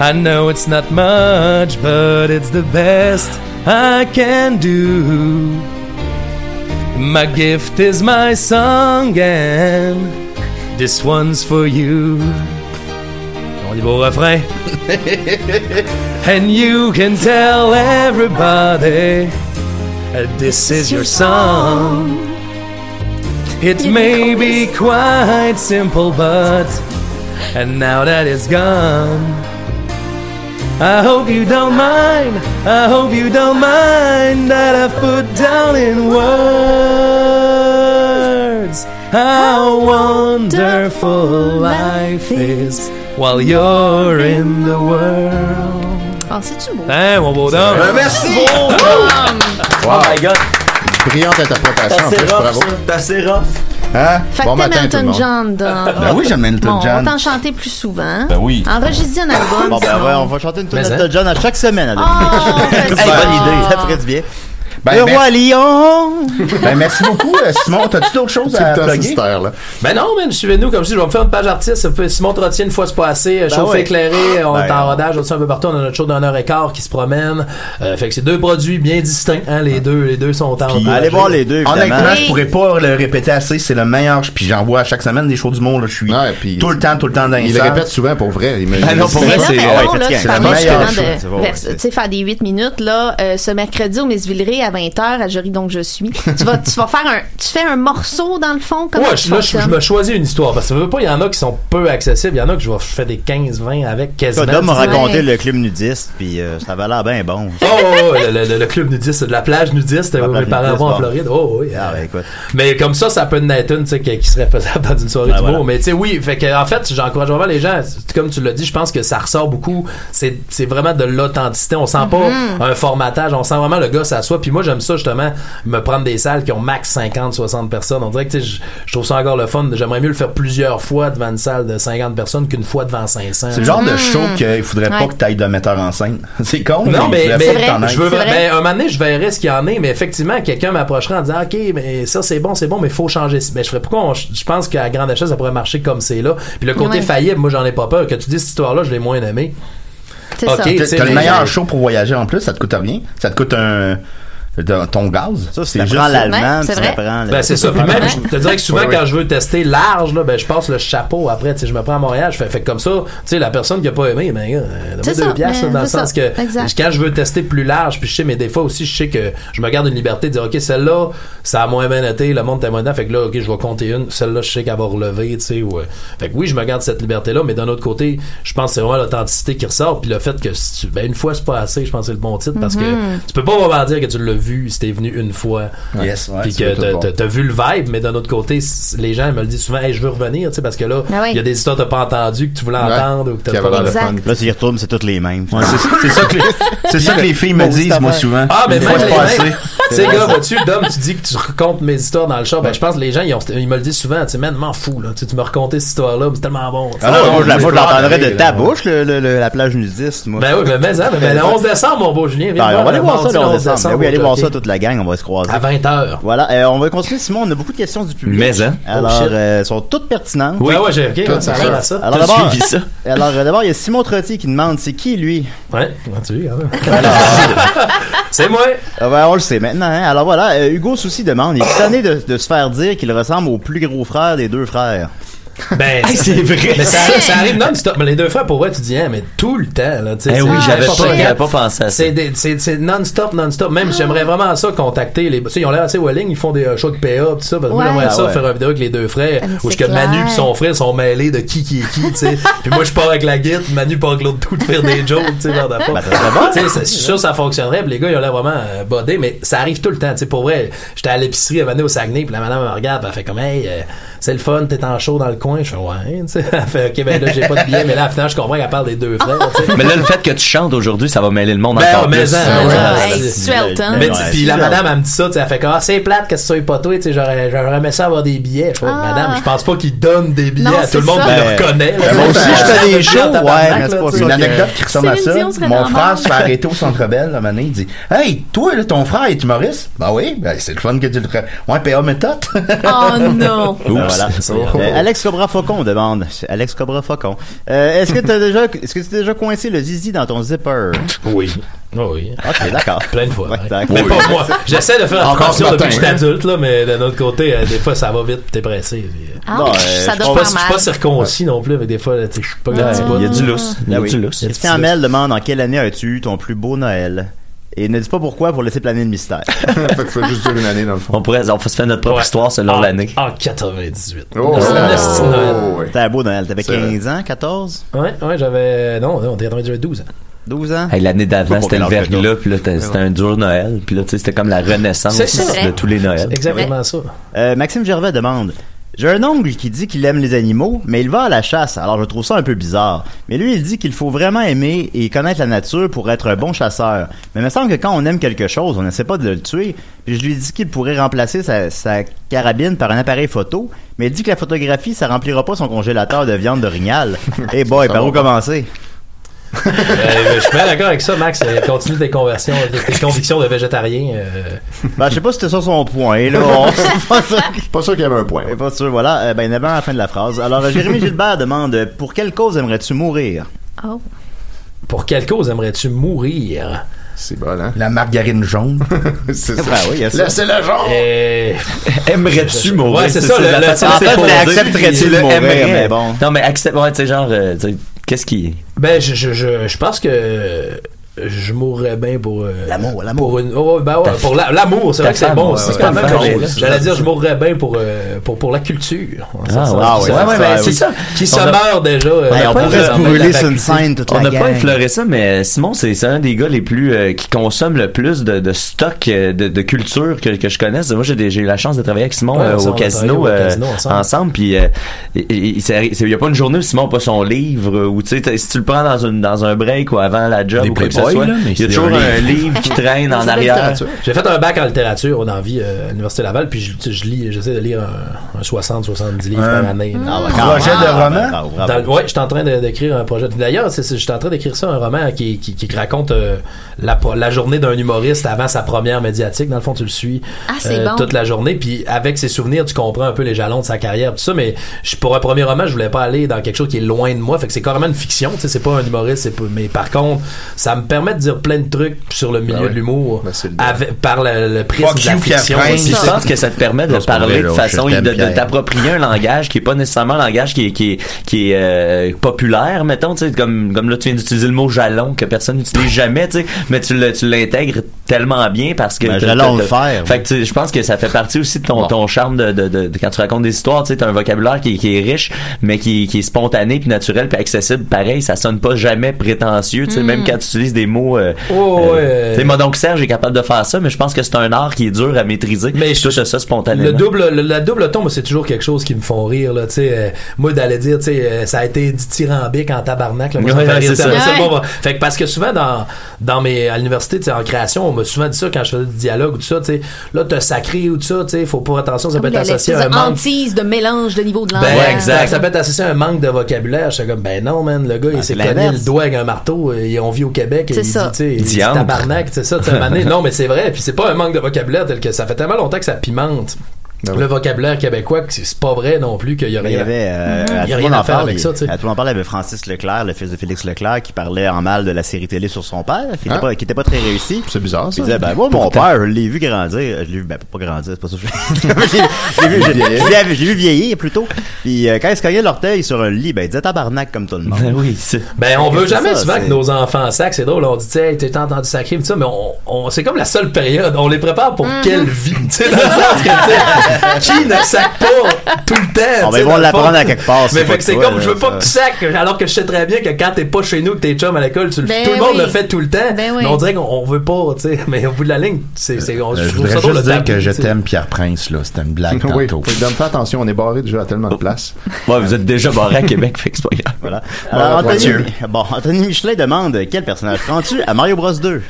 S13: I know it's not much, but it's the best I can do. My gift is my song, and this one's for you. On y va au refrain. And you can tell everybody uh, this is your song. It may be quite simple, but and now that it's gone, I hope you don't mind. I hope you don't mind that I've put down in words how wonderful life is while you're in the world.
S7: Ah, c'est-tu beau?
S13: Hein, mon beau dame.
S8: Euh,
S7: Ben, merci, beau dame.
S8: Wow.
S9: Oh my god.
S6: Brillante interprétation, en
S9: T'as assez
S6: plus,
S9: rough,
S6: bravo.
S9: ça. T'as assez rough.
S8: Hein?
S7: Fait que t'aimes Elton John, Dom.
S8: Ben oui, j'aime Elton
S7: Bon,
S8: John.
S7: On va t'en chanter plus souvent. hein?
S8: Ben oui.
S7: Enregistre un album.
S5: Bon, ben,
S7: sinon. Ah, ben,
S5: ouais, on va chanter une tune
S8: Mais,
S13: hein?
S5: de John à chaque semaine.
S13: Ah,
S5: Adeline. Hey, bonne idée, ça ferait du bien.
S8: Ben,
S5: le roi
S8: merci.
S5: lion!
S8: Ben, merci beaucoup, euh, Simon. T'as-tu d'autres choses
S13: Tout le
S8: à
S13: temps,
S8: plugger?
S13: c'est cette heure-là. Ben non, man, suivez-nous comme si je vais me faire une page artiste. Ça fait- Simon Trottier, une fois c'est pas assez. euh,
S8: Ben
S13: chauffe
S8: ouais.
S13: éclairé, on
S8: Ben
S13: est en rodage aussi un peu partout. On a notre show d'un heure et quart qui se promène. Euh, fait que c'est deux produits bien distincts. Hein, les deux, les deux sont en. rodage.
S8: Honnêtement, je pourrais pas le répéter assez. C'est le meilleur. Puis j'en vois à chaque semaine des shows du monde. là. Je suis tout le temps, tout le temps dans les
S6: Il le
S8: salles.
S6: répète souvent pour vrai. il me-
S8: Ah non, pour
S6: Mais
S8: vrai,
S6: là,
S8: c'est-
S6: mais
S8: ah ouais,
S6: non,
S8: c'est
S6: là,
S8: fatigant.
S6: tu
S8: C'est la
S6: parlais
S8: meilleure
S6: justement
S8: chose.
S6: de-
S8: C'est vrai.
S7: Vers- Tu sais, faire des 8 minutes, là, euh, ce mercredi au Miss Villeray à 20h, à Jury Donc Je suis, tu vas, tu vas faire un, tu fais un morceau dans le fond, comme
S13: ouais, je, là, je, je me choisis une histoire parce que ça veut pas, il y en a qui sont peu accessibles, il y en a que je vais faire des 15-20 avec quasiment.
S5: Dom m'a
S13: C'est-
S5: raconté le club nudiste, puis euh, ça avait l'air bien bon.
S13: Oh, oh, oh, le, le- le club nudiste, de la plage nudiste où mes
S5: plage
S13: parents
S5: nudiste,
S13: vont en
S5: bon.
S13: Floride. Oh, oui.
S5: Ah, ouais, écoute.
S13: Mais comme ça, ça peut naître une tu sais, qui qui serait faisable dans une soirée
S5: Ben
S13: du
S5: voilà.
S13: Mais tu sais, oui, fait que, en fait, j'encourage vraiment les gens. C'est- Comme tu l'as dit, je pense que ça ressort beaucoup. C'est c'est vraiment de l'authenticité. On sent
S8: Mhm.
S13: pas un formatage. On sent vraiment le gars s'assoit. Puis moi, j'aime ça, justement, me prendre des salles qui ont max 50, 60 personnes. On dirait que tu sais, je je trouve ça encore le fun. J'aimerais mieux le faire plusieurs fois devant une salle de 50 personnes qu'une fois devant 500.
S8: C'est le
S5: Mm.
S8: genre de show
S13: Mhm.
S8: qu'il faudrait pas
S13: Ouais.
S8: que t'ailles de metteur en scène. C'est con,
S13: Non, mais,
S8: il faudrait
S13: mais
S8: pas que t'en ailles.
S13: je veux ben, un moment donné, je verrai ce qu'il y en est, mais effectivement, quelqu'un m'approchera en disant, OK, mais ça, c'est bon, c'est bon, mais faut changer. ci. Mais je ferais pourquoi on- je pense qu'à grande achat, ça pourrait marcher comme c'est là. Puis le côté
S8: Ouais.
S13: faillible, moi, j'en ai pas peur. Que tu dis cette histoire-là, je l'ai moins aimé. Ben,
S8: T'as- T'as le meilleur show pour voyager en plus, ça te coûte rien. Ça te coûte un. de- ton gaz. Ça,
S5: t'apprends l'allemand, Ouais, c'est tu vrai. t'apprends le-
S13: Ben, c'est ça. Puis même, je te dirais que souvent,
S8: Ouais, ouais.
S13: quand je veux tester large, là, ben, je passe le chapeau après. Tu sais, je me prends à Montréal. Je fais, fait que comme ça, tu sais, la personne qui a pas aimé, ben, euh,
S7: C'est
S13: donne-moi
S7: ça,
S13: deux piastres,
S7: mais
S13: là, dans le
S7: c'est
S13: sens
S7: ça.
S13: que
S7: Exact.
S13: quand je veux tester plus large, puis je sais mes défauts aussi, je sais que je me garde une liberté de dire, OK, celle-là, ça a moins bien été, le monde t'a moins dedans. Fait que là, OK, je vais compter une. Celle-là, je sais qu'elle va relever, tu sais, ouais. Fait que oui, je me garde cette liberté-là, mais d'un autre côté, je pense que c'est vraiment l'authenticité qui ressort, puis le fait que si tu, ben, une fois, c'est pas assez, je pense que c'est le bon titre, parce
S8: Mhm.
S7: Mm-hmm.
S13: que tu peux pas vraiment dire que tu l'as vu si t'es venu une fois.
S8: Yes, ouais,
S13: Puis
S8: c'est
S13: que
S8: tout
S13: t'as-
S8: bon.
S13: t'as- t'as vu le vibe, mais d'un autre côté, c- les gens me le disent souvent, hey, je veux revenir, tu sais, parce que là, il
S8: Ah ouais.
S13: y a des histoires que t'as pas entendues, que tu voulais
S8: Ouais.
S13: entendre, ou que t'as pas
S5: Là, tu y retournes, c'est toutes les mêmes.
S8: c'est ça que les- c'est ça que les filles me disent, moi, souvent.
S13: Ah, mais
S8: Une
S13: même
S8: fois,
S13: les
S8: c'est pas
S13: mecs,
S8: assez.
S13: Tu sais, gars, vois-tu, Dom, tu dis que tu racontes mes histoires dans le chat. Ben, je pense que les gens, ils, ont- ils me le disent souvent. Tu sais, man, m'en fous, là. Tu sais, tu me racontais cette histoire-là, mais c'est tellement bon. tu sais.
S5: Ah non, moi, je la- moi, je l'entendrais de
S13: là.
S5: ta bouche, le- le- le- la plage nudiste. moi.
S13: Ben oui, mais, mais, hein, mais le 11 décembre, mon beau Julien, viens
S5: Ben,
S13: voir
S5: on va aller
S13: le
S5: voir ça
S13: mardi,
S5: le 11 décembre. Ben oui, allez voir
S13: au hockey.
S5: ça
S13: Ah, ben.
S5: toute la gang, on va se croiser.
S13: À 20h.
S5: Voilà, euh, on va continuer. Simon, on a beaucoup de questions du public.
S9: Mais, hein.
S5: Alors,
S9: Oh, shit.
S5: euh, elles sont toutes pertinentes.
S9: Oui.
S13: Ben
S9: Ouais, ouais, j'ai- ok, Toutes ouais, ça pertinentes. arrive à ça.
S5: Alors
S9: T'as
S5: d'abord,
S9: suivi ça.
S5: alors, euh, d'abord, il y a Simon Trottier qui demande, c'est qui lui?
S13: Ouais, tu ben, C'est moi.
S5: euh, on le sait maintenant. hein. Alors voilà, euh, Hugo Souci demande, il est tanné de, de se faire dire qu'il ressemble au plus gros frère des deux frères.
S13: Ben,
S9: Hey, c'est vrai.
S13: Mais ça, ça arrive non-stop. Mais les deux fois, pour vrai, tu dis, hein, mais tout le temps. Là, tu sais,
S9: Eh
S13: c'est- Ah,
S9: oui,
S13: c'est
S9: j'avais pas-
S13: vrai.
S9: j'avais pas pensé à ça.
S13: C'est des- C'est c'est non-stop, non-stop.
S9: Ah.
S13: Même, j'aimerais vraiment ça, contacter les. Tu sais, ils ont l'air assez welling, ils font des euh, shows de PA, tout ça. Parce que moi,
S9: Ouais.
S13: j'aimerais
S9: Ah
S13: ça,
S9: ouais.
S13: faire un vidéo avec les deux frères.
S9: Ah, mais
S13: Où
S9: c'est
S13: ce que Manu
S9: clair.
S13: et son frère sont mêlés de qui qui est qui, tu sais. Puis moi, je pars avec la guide, Manu part avec l'autre tout de faire des jokes, tu sais, dans la
S9: Ben, ça serait bon.
S13: Tu sais, ça- Je suis sûr que ça fonctionnerait. puis les gars, ils ont l'air vraiment euh, bodés, mais ça arrive tout le temps. Tu sais, pour vrai, j'étais à l'épicerie à Mané au Saguenay, puis la madame elle me regarde, puis elle fait comme, hey, euh, c'est le fun, t'es en chaud dans le coin. Je fais, ouais, tu sais. Elle fait, ok, ben là, j'ai pas de billet, mais là, finalement, je comprends qu'elle parle des deux frères, tu sais.
S9: Mais là, le fait que tu chantes aujourd'hui, ça va mêler le monde
S13: Ben,
S9: encore
S13: oh, mais
S9: plus.
S13: en, mais en, Ah, c'est- Mais tu- puis la madame, elle me dit ça, tu sais, elle fait comme, ah, c'est plate que ce soit pas toi, tu sais, j'aurais, j'aurais aimé ça avoir des billets. Je fais, madame, je pense pas qu'ils donnent des billets
S8: Non,
S13: à
S8: c'est
S13: tout le monde
S8: ça.
S13: qui
S8: Ben,
S13: le reconnaît. là.
S8: ben, moi aussi, je fais des shows,
S13: En tabarnak,
S8: ouais, mais c'est
S13: là,
S8: pas
S13: tu sais.
S8: Une anecdote qui ressemble à ça.
S17: Céline Dion serait
S8: Mon
S17: dans la
S8: frère se fait
S17: merde.
S8: arrêter au centre belle la manée. Il dit Hey, toi, là, ton frère est humoriste Ben oui, ben, c'est le fun que tu le. tra- Ouais, PA méthode.
S7: Oh non.
S8: Oups.
S5: voilà.
S8: Ben, C'est
S5: Euh,
S8: drôle.
S5: Alex Cobra Faucon demande. Alex Cobra Faucon. Euh, est-ce que t'as déjà, est-ce que tu t'es déjà coincé le zizi dans ton zipper?
S13: Oui. Ah oui.
S5: Ok, d'accord.
S13: Plein de fois.
S5: d'accord.
S13: Mais pas moi. J'essaie de faire
S5: Encore
S13: attention
S5: ce
S13: depuis que
S5: matin,
S13: je suis
S5: hein.
S13: adulte, là, mais d'un autre côté, euh, des fois, ça va vite, t'es pressé. puis, euh,
S7: Ah, Bon, euh, ça doit
S13: je suis pas-
S7: faire
S13: Je suis pas
S7: mal.
S13: circoncis non plus, mais des fois, là, tu sais, je suis pas
S5: Ouais,
S13: petit bout.
S5: Il y a du lousse.
S13: Il y a
S5: Ah oui.
S13: du lousse.
S5: Christian Mel demande en quelle année as-tu eu ton plus beau Noël? Et ne dis pas pourquoi pour laisser planer le mystère.
S6: faut juste dire une année dans le fond.
S9: On pourrait, on peut se faire notre propre histoire selon
S13: En-
S9: l'année.
S13: En 98.
S9: Oh,
S13: C'est
S9: oh,
S13: un esti de Noël.
S5: C'était un beau Noël. T'avais
S13: C'est vrai.
S5: 15 ans, 14?
S8: Oh.
S13: Ouais, ouais, j'avais. Non, non, on était- on était 12 ans.
S5: 12 ans?
S9: Hey, l'année d'avant,
S5: Pas pour
S9: c'était le
S5: mélanger les
S9: verglas, puis là, t'as- c'était un dur Noël, puis là, tu sais, c'était comme la renaissance
S5: C'est ça.
S9: de tous les Noëls.
S13: Exactement ça.
S5: Euh, Maxime Gervais demande J'ai un ongle qui dit qu'il aime les animaux, mais il va à la chasse, alors je trouve ça un peu bizarre. Mais lui, il dit qu'il faut vraiment aimer et connaître la nature pour être un bon chasseur. Mais il me semble que quand on aime quelque chose, on n'essaie pas de le tuer. Puis je lui dis qu'il pourrait remplacer sa, sa carabine par un appareil photo, mais il dit que la photographie, ça remplira pas son congélateur de viande d'orignal. Eh boy,
S13: Ça
S5: par
S13: va
S5: où
S13: pas.
S5: commencer
S13: Euh, je suis bien d'accord avec ça, Max. Euh, Continue tes conversions, tes convictions de végétarien. euh,
S5: Ben, je sais pas si c'était ça son point, là. On- c'est pas sûr, qu'il y avait un point. Pas sûr, voilà. Euh, ben, il y en avait un à la fin de la phrase. Alors, euh, Jérémy Gilbert demande euh, Pour quelle cause aimerais-tu mourir
S7: Oh.
S13: Pour quelle cause aimerais-tu mourir?
S6: C'est bon, hein?
S8: La margarine jaune.
S6: c'est
S8: ça.
S6: Laissez-le genre!
S13: Euh,
S9: Aimerais-tu mourir?
S8: Ouais, c'est ça, le- le-
S9: façon
S8: en
S9: c'est
S8: fait,
S9: posé.
S8: accepterais-tu
S9: Tu
S8: de
S9: le
S8: mourir,
S9: aimerais.
S8: mais bon.
S9: Non, mais accepte, ouais, tu sais, genre, euh, tu sais, qu'est-ce qui.
S13: Ben, je, je, je, je pense que je mourrais bien pour. l'amour, l'amour. Pour, une- oh, ben ouais,
S9: Ta-
S13: pour la- l'amour, c'est
S9: ta
S13: vrai que c'est
S9: femme,
S13: bon.
S9: ouais,
S13: c'est
S9: ouais,
S13: pas
S9: ouais.
S13: mal
S9: Ta
S13: comme
S9: femme,
S13: chose.
S9: ouais.
S13: J'allais dire, je mourrais bien pour, euh, pour, pour la culture.
S9: Ah,
S13: ça,
S9: ouais,
S13: ça,
S9: ouais,
S13: ça,
S9: ouais,
S13: ça,
S9: ouais, ben,
S13: oui.
S9: c'est ça.
S13: Qui
S9: On
S13: se
S9: a-
S13: meurt déjà. euh,
S9: Ouais,
S13: on peut
S9: effleuré-
S13: faire- on a-
S9: On n'a pas effleuré ça, mais Simon, c'est c'est un des gars les plus euh, qui consomme le plus de, de stock euh, de, de culture que, que je connaisse. Moi, j'ai des- j'ai eu la chance de travailler avec Simon
S13: Ouais,
S9: euh,
S13: on s'en
S9: au
S13: va
S9: casino,
S13: travailler au
S9: euh,
S13: casino ensemble.
S9: ensemble. Puis euh, il- il il n'y a pas une journée où Simon n'a pas son livre euh, ou tu sais, t'as- si tu le prends dans une dans un break ou avant la job
S13: Des
S9: ou quoi que ce
S13: Playboy,
S9: soit,
S13: là, mais
S9: il y a
S13: c'est
S9: toujours
S13: un
S9: un
S13: livre.
S5: Ah,
S9: livre qui traîne en
S13: C'est de la
S9: arrière.
S13: littérature. J'ai fait un bac en littérature au Envie euh, à l'Université Laval, puis je, tu sais, je lis, j'essaie de lire un, 60-70 livres
S8: Un-
S13: par année.
S8: Ah, bah, quand Projet même. de Ah, roman? bah, bravo, bravo.
S13: Dans le- ouais, je suis en train de- d'écrire un projet. D'ailleurs, c'est- c'est- je suis en train d'écrire ça, un roman qui, qui, qui raconte euh, la, po- la journée d'un humoriste avant sa première médiatique. Dans le fond, tu le suis euh,
S7: Ah, c'est bon.
S13: toute la journée, puis avec ses souvenirs, tu comprends un peu les jalons de sa carrière, tout ça, mais je- pour un premier roman, je voulais pas aller dans quelque chose qui est loin de moi, fait que c'est carrément une fiction, tu sais, c'est pas un humoriste, c'est pas- mais par contre, ça me permet de dire plein de trucs sur le milieu
S9: Ah ouais. Ben,
S13: de l'humour avec- par le, le prisme
S9: Fuck
S13: de la
S9: you, Pierre
S13: fiction.
S9: Prince. Puis je pense que ça te permet de
S13: Non, c'est pas
S9: parler
S13: vrai,
S9: de
S13: là,
S9: façon,
S13: je
S9: de,
S13: t'aime,
S9: de
S13: Pierre.
S9: t'approprier un langage qui est pas nécessairement un langage qui est, qui est, qui est, euh, populaire, mettons, tu sais, comme, comme là, tu viens d'utiliser le mot jalon que personne n'utilise jamais, tu sais, mais tu le- tu l'intègres tellement bien parce que.
S5: Ben,
S9: t'as-
S5: jalon,
S9: t'as-
S5: le faire.
S9: Fait que tu sais, je pense que ça fait partie aussi de ton, ton charme de, de, de- de- quand tu racontes des histoires, tu sais, t'as un vocabulaire qui, est- qui est riche, mais qui, qui est spontané, puis naturel, puis accessible. Pareil, ça sonne pas jamais prétentieux, tu sais,
S13: Mm.
S9: même quand tu utilises des mots, euh,
S13: Oh, ouais.
S9: euh, tu sais, moi, donc Serge est capable de faire ça, mais je pense que c'est un art qui est dur à maîtriser. Mais je touche à ça spontanément.
S13: Le double, le- la double tombe, c'est toujours quelque chose qui me font rire. Là, tu sais, euh, moi, d'aller dire, tu sais, euh, ça a été dithyrambique en tabarnak. Là, moi, ça me
S9: Ouais,
S13: fait rire,
S9: c'est
S13: tu sais,
S9: ça.
S13: après
S9: Ouais.
S13: bon, bah, fait que parce que souvent, dans, dans mes, à l'université, tu sais, en création, on m'a souvent dit ça quand je faisais du dialogue ou tout ça. tu sais, Là, t'as sacré ou tout ça. tu sais, Faut pas attention, ça peut être associé à un manque
S7: hantise de mélange de niveau de
S13: Ben,
S7: langage.
S13: exact. Ça peut être associé à un manque de vocabulaire. J'étais comme, ben non, man, le gars,
S5: Ah,
S13: il s'est cogné
S7: l'inverse.
S13: le doigt avec un marteau. euh, Et on vit au Québec. Et
S7: C'est
S13: il
S7: ça.
S13: dit, tu sais, il dit
S9: Diantre.
S13: tabarnak, c'est ça, tu sais, à un moment donné. Non, mais c'est vrai. Puis c'est pas un manque de vocabulaire tel que ça fait tellement longtemps que ça pimente
S5: Ben
S13: Le
S5: oui.
S13: vocabulaire québécois, que c'est c'est pas vrai non plus qu'il y a
S5: Mais il y
S13: rien,
S5: avait, euh,
S13: il y a
S5: à tout le
S13: rien
S5: monde en
S13: à faire
S5: parle,
S13: avec
S5: il-
S13: ça, tu sais.
S5: À tout le monde en parle, il y avait Francis Leclerc, le fils de Félix Leclerc, qui parlait en mal de la série télé sur son père, qui était,
S13: Hein?
S5: pas, qui était pas très réussi.
S6: C'est bizarre, ça.
S5: Il disait, ben, moi, mon
S6: Pourtant.
S5: père, je l'ai vu grandir. Je l'ai vu, ben, pas grandir, c'est pas ça. que je- Je l'ai vu, je l'ai- je l'ai- je l'ai vu vieillir, plutôt. Puis, euh, quand il se cognait l'orteil sur un lit, ben, il disait tabarnak comme tout le monde. Ben
S9: oui,
S13: Ben, on veut jamais souvent
S5: c'est-
S13: que nos enfants sacrent. C'est drôle, on dit, tu t'es entendu sacrer, mais ça, mais on, on- c'est comme la seule période. On les prépare pour
S5: Mm-hmm.
S13: quelle vie, tu sais, dans le sens que, tu sais, qui ne sacre pas tout le temps?
S5: On
S13: tu sais,
S5: va voir
S13: dans le
S5: l'apprendre
S13: fond.
S5: à quelque part.
S13: Mais fait que c'est
S5: toi,
S13: comme,
S5: là,
S13: je veux pas
S5: ça.
S13: que tu sacres, alors que je sais très bien que quand t'es pas chez nous, que t'es chum à l'école, tu le-
S5: Ben
S13: tout le monde
S5: oui.
S13: le fait tout le temps.
S5: Ben
S13: Mais
S5: oui.
S13: on dirait qu'on on veut pas, tu sais, mais au bout de la ligne, c'est, c'est,
S6: Oh,
S13: on-
S8: Euh,
S13: je
S8: je
S13: trouve
S8: voudrais
S13: ça drôle
S8: juste
S13: de
S8: dire
S13: tabou,
S8: que je
S13: tu sais.
S8: t'aime Pierre Prince, là. C'était une blague
S6: oui,
S8: tantôt.
S6: faut que Dom, fais attention, on est barré déjà à tellement de
S9: Oh.
S6: places.
S9: Ouais, vous êtes déjà barré à Québec, fait que c'est pas grave.
S5: Voilà. Alors,
S6: Ouais,
S5: Anthony,
S6: Mathieu.
S5: bon, Anthony Michelet demande quel personnage prends-tu à Mario Bros 2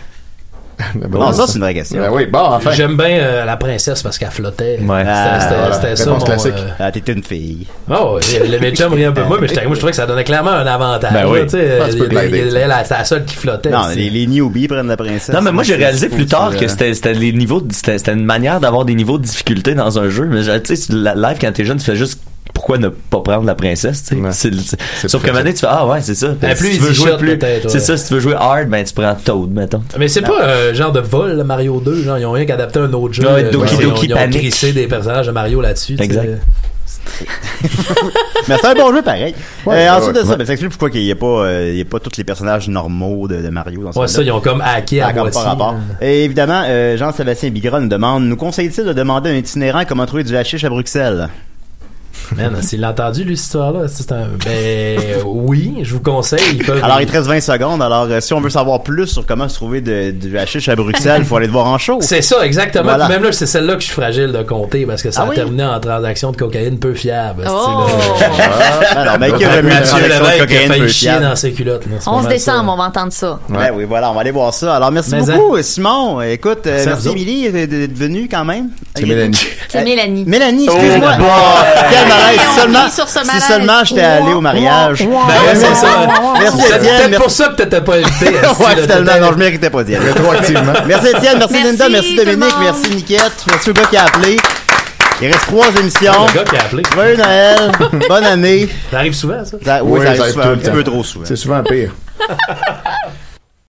S6: ben
S5: Non,
S6: oui,
S5: ça,
S6: ça.
S5: c'est une vraie question.
S6: Ben oui, bon, enfin.
S13: J'aime bien euh, la princesse parce qu'elle flottait.
S5: Ah,
S13: C'était, c'était-
S5: voilà.
S13: c'était ça,
S5: Réponse
S13: mon,
S5: classique.
S13: euh,
S5: Ah, t'étais une fille.
S13: Oh, le médecin me riait un peu. Moi, mais j'étais- moi, je trouvais que ça donnait clairement un avantage.
S5: Ben oui.
S13: là, tu sais,
S5: Ah, tu peux
S13: il-
S5: te l'aider.
S13: il- il- la- C'est la seule qui flottait.
S5: Non,
S13: Ben, c'est-
S5: les, les newbies prennent la princesse.
S9: Non, mais moi, j'ai réalisé plus tard que
S5: Euh,
S9: c'était c'était les niveaux, de- c'était c'était une manière d'avoir des niveaux de difficulté dans un jeu. Mais genre, tu sais, sur la- live, quand t'es jeune, tu fais juste pourquoi ne pas prendre la princesse, tu sais. C'est le- c'est- Sauf que maintenant, tu fais, ah ouais, c'est ça.
S13: Ben, plus
S9: si tu
S13: easy
S9: veux jouer
S13: shot,
S9: plus,
S13: peut-être, ouais.
S9: c'est ça, si tu veux jouer hard, ben, tu prends Toad, mettons.
S13: Mais c'est pas un genre de vol, le Mario 2. Genre, ils ont rien qu'adapté un autre jeu.
S9: Ouais,
S13: euh,
S9: Doki
S13: ils ont-
S9: Doki
S13: ils ont
S9: Panic.
S13: crissé des personnages de Mario là-dessus. tu sais.
S9: Exact.
S5: Mais c'est un bon jeu pareil.
S13: Ouais,
S5: Euh,
S13: ouais,
S5: ensuite de
S13: ouais,
S5: ça,
S13: ouais.
S5: ben, ça explique pourquoi il n'y a pas, euh, il y a pas tous les personnages normaux de, de Mario dans ce
S13: Ouais,
S5: jeu-là.
S13: ça, ils ont comme hacké à
S5: Ah, comme
S13: moitié.
S5: par rapport. Et évidemment, euh, Jean-Sébastien Bigron nous demande, nous conseille-t-il de demander à un itinérant comment trouver du hashish à Bruxelles?
S13: Man, s'il l'a entendu, lui, cette histoire-là, c'est un. Ben, oui, je vous conseille. Ils peuvent...
S5: Alors, il te reste 20 secondes. Alors, euh, si on veut savoir plus sur comment se trouver de- du hashish à Bruxelles, il faut aller te voir en show.
S13: C'est ça, exactement.
S5: Voilà.
S13: Puis Même là, c'est celle-là que je suis fragile de compter parce que ça
S5: Ah
S13: a
S5: oui?
S13: terminé en transaction de cocaïne peu fiable.
S7: Oh!
S5: Alors, mais qui aurait mieux
S13: Mathieu
S5: une transaction de
S13: Lévesque a
S5: cocaïne
S13: failli
S5: peu
S13: chier
S5: fiable?
S13: dans ses culottes. là, c'est pas
S7: 11
S13: mal ça.
S7: décembre, on va entendre ça.
S5: Ouais. Ben oui, voilà, on va aller voir ça. Alors, merci
S7: Mais
S5: beaucoup,
S13: hein.
S5: Simon. Écoute, euh,
S7: Merci à
S5: merci
S7: vous autres.
S5: Émilie d'être d'être venue quand même.
S6: C'est Mélanie.
S7: C'est Mélanie.
S5: Mélanie, excuse-moi.
S7: Oh, boy.
S5: Quel malaise.
S7: Hey, on
S5: Seulement,
S7: rit sur ce
S5: si
S7: malaise.
S5: seulement j'étais allé au mariage.
S7: Ben
S13: Ben ouais, c'est ça.
S5: Merci
S13: C'est
S5: Étienne.
S13: peut-être
S5: Merci-
S13: pour ça que t'étais pas invité. esti, là,
S5: Ouais, finalement,
S13: t'étais-
S5: non, je méritais pas d'y aller.
S13: Rétroactivement.
S5: Merci Étienne, merci,
S13: Merci,
S5: Linda, merci
S13: tout le
S5: Dominique,
S13: monde.
S5: merci Niquette, merci le gars qui a appelé. Il reste trois émissions.
S13: Le gars qui a appelé.
S5: Joyeux Noël, bonne année.
S13: Ça arrive souvent, ça?
S5: Ça- oui, ça arrive souvent,
S6: tout
S5: un
S6: le
S5: petit
S6: temps.
S5: peu trop souvent.
S6: C'est souvent pire.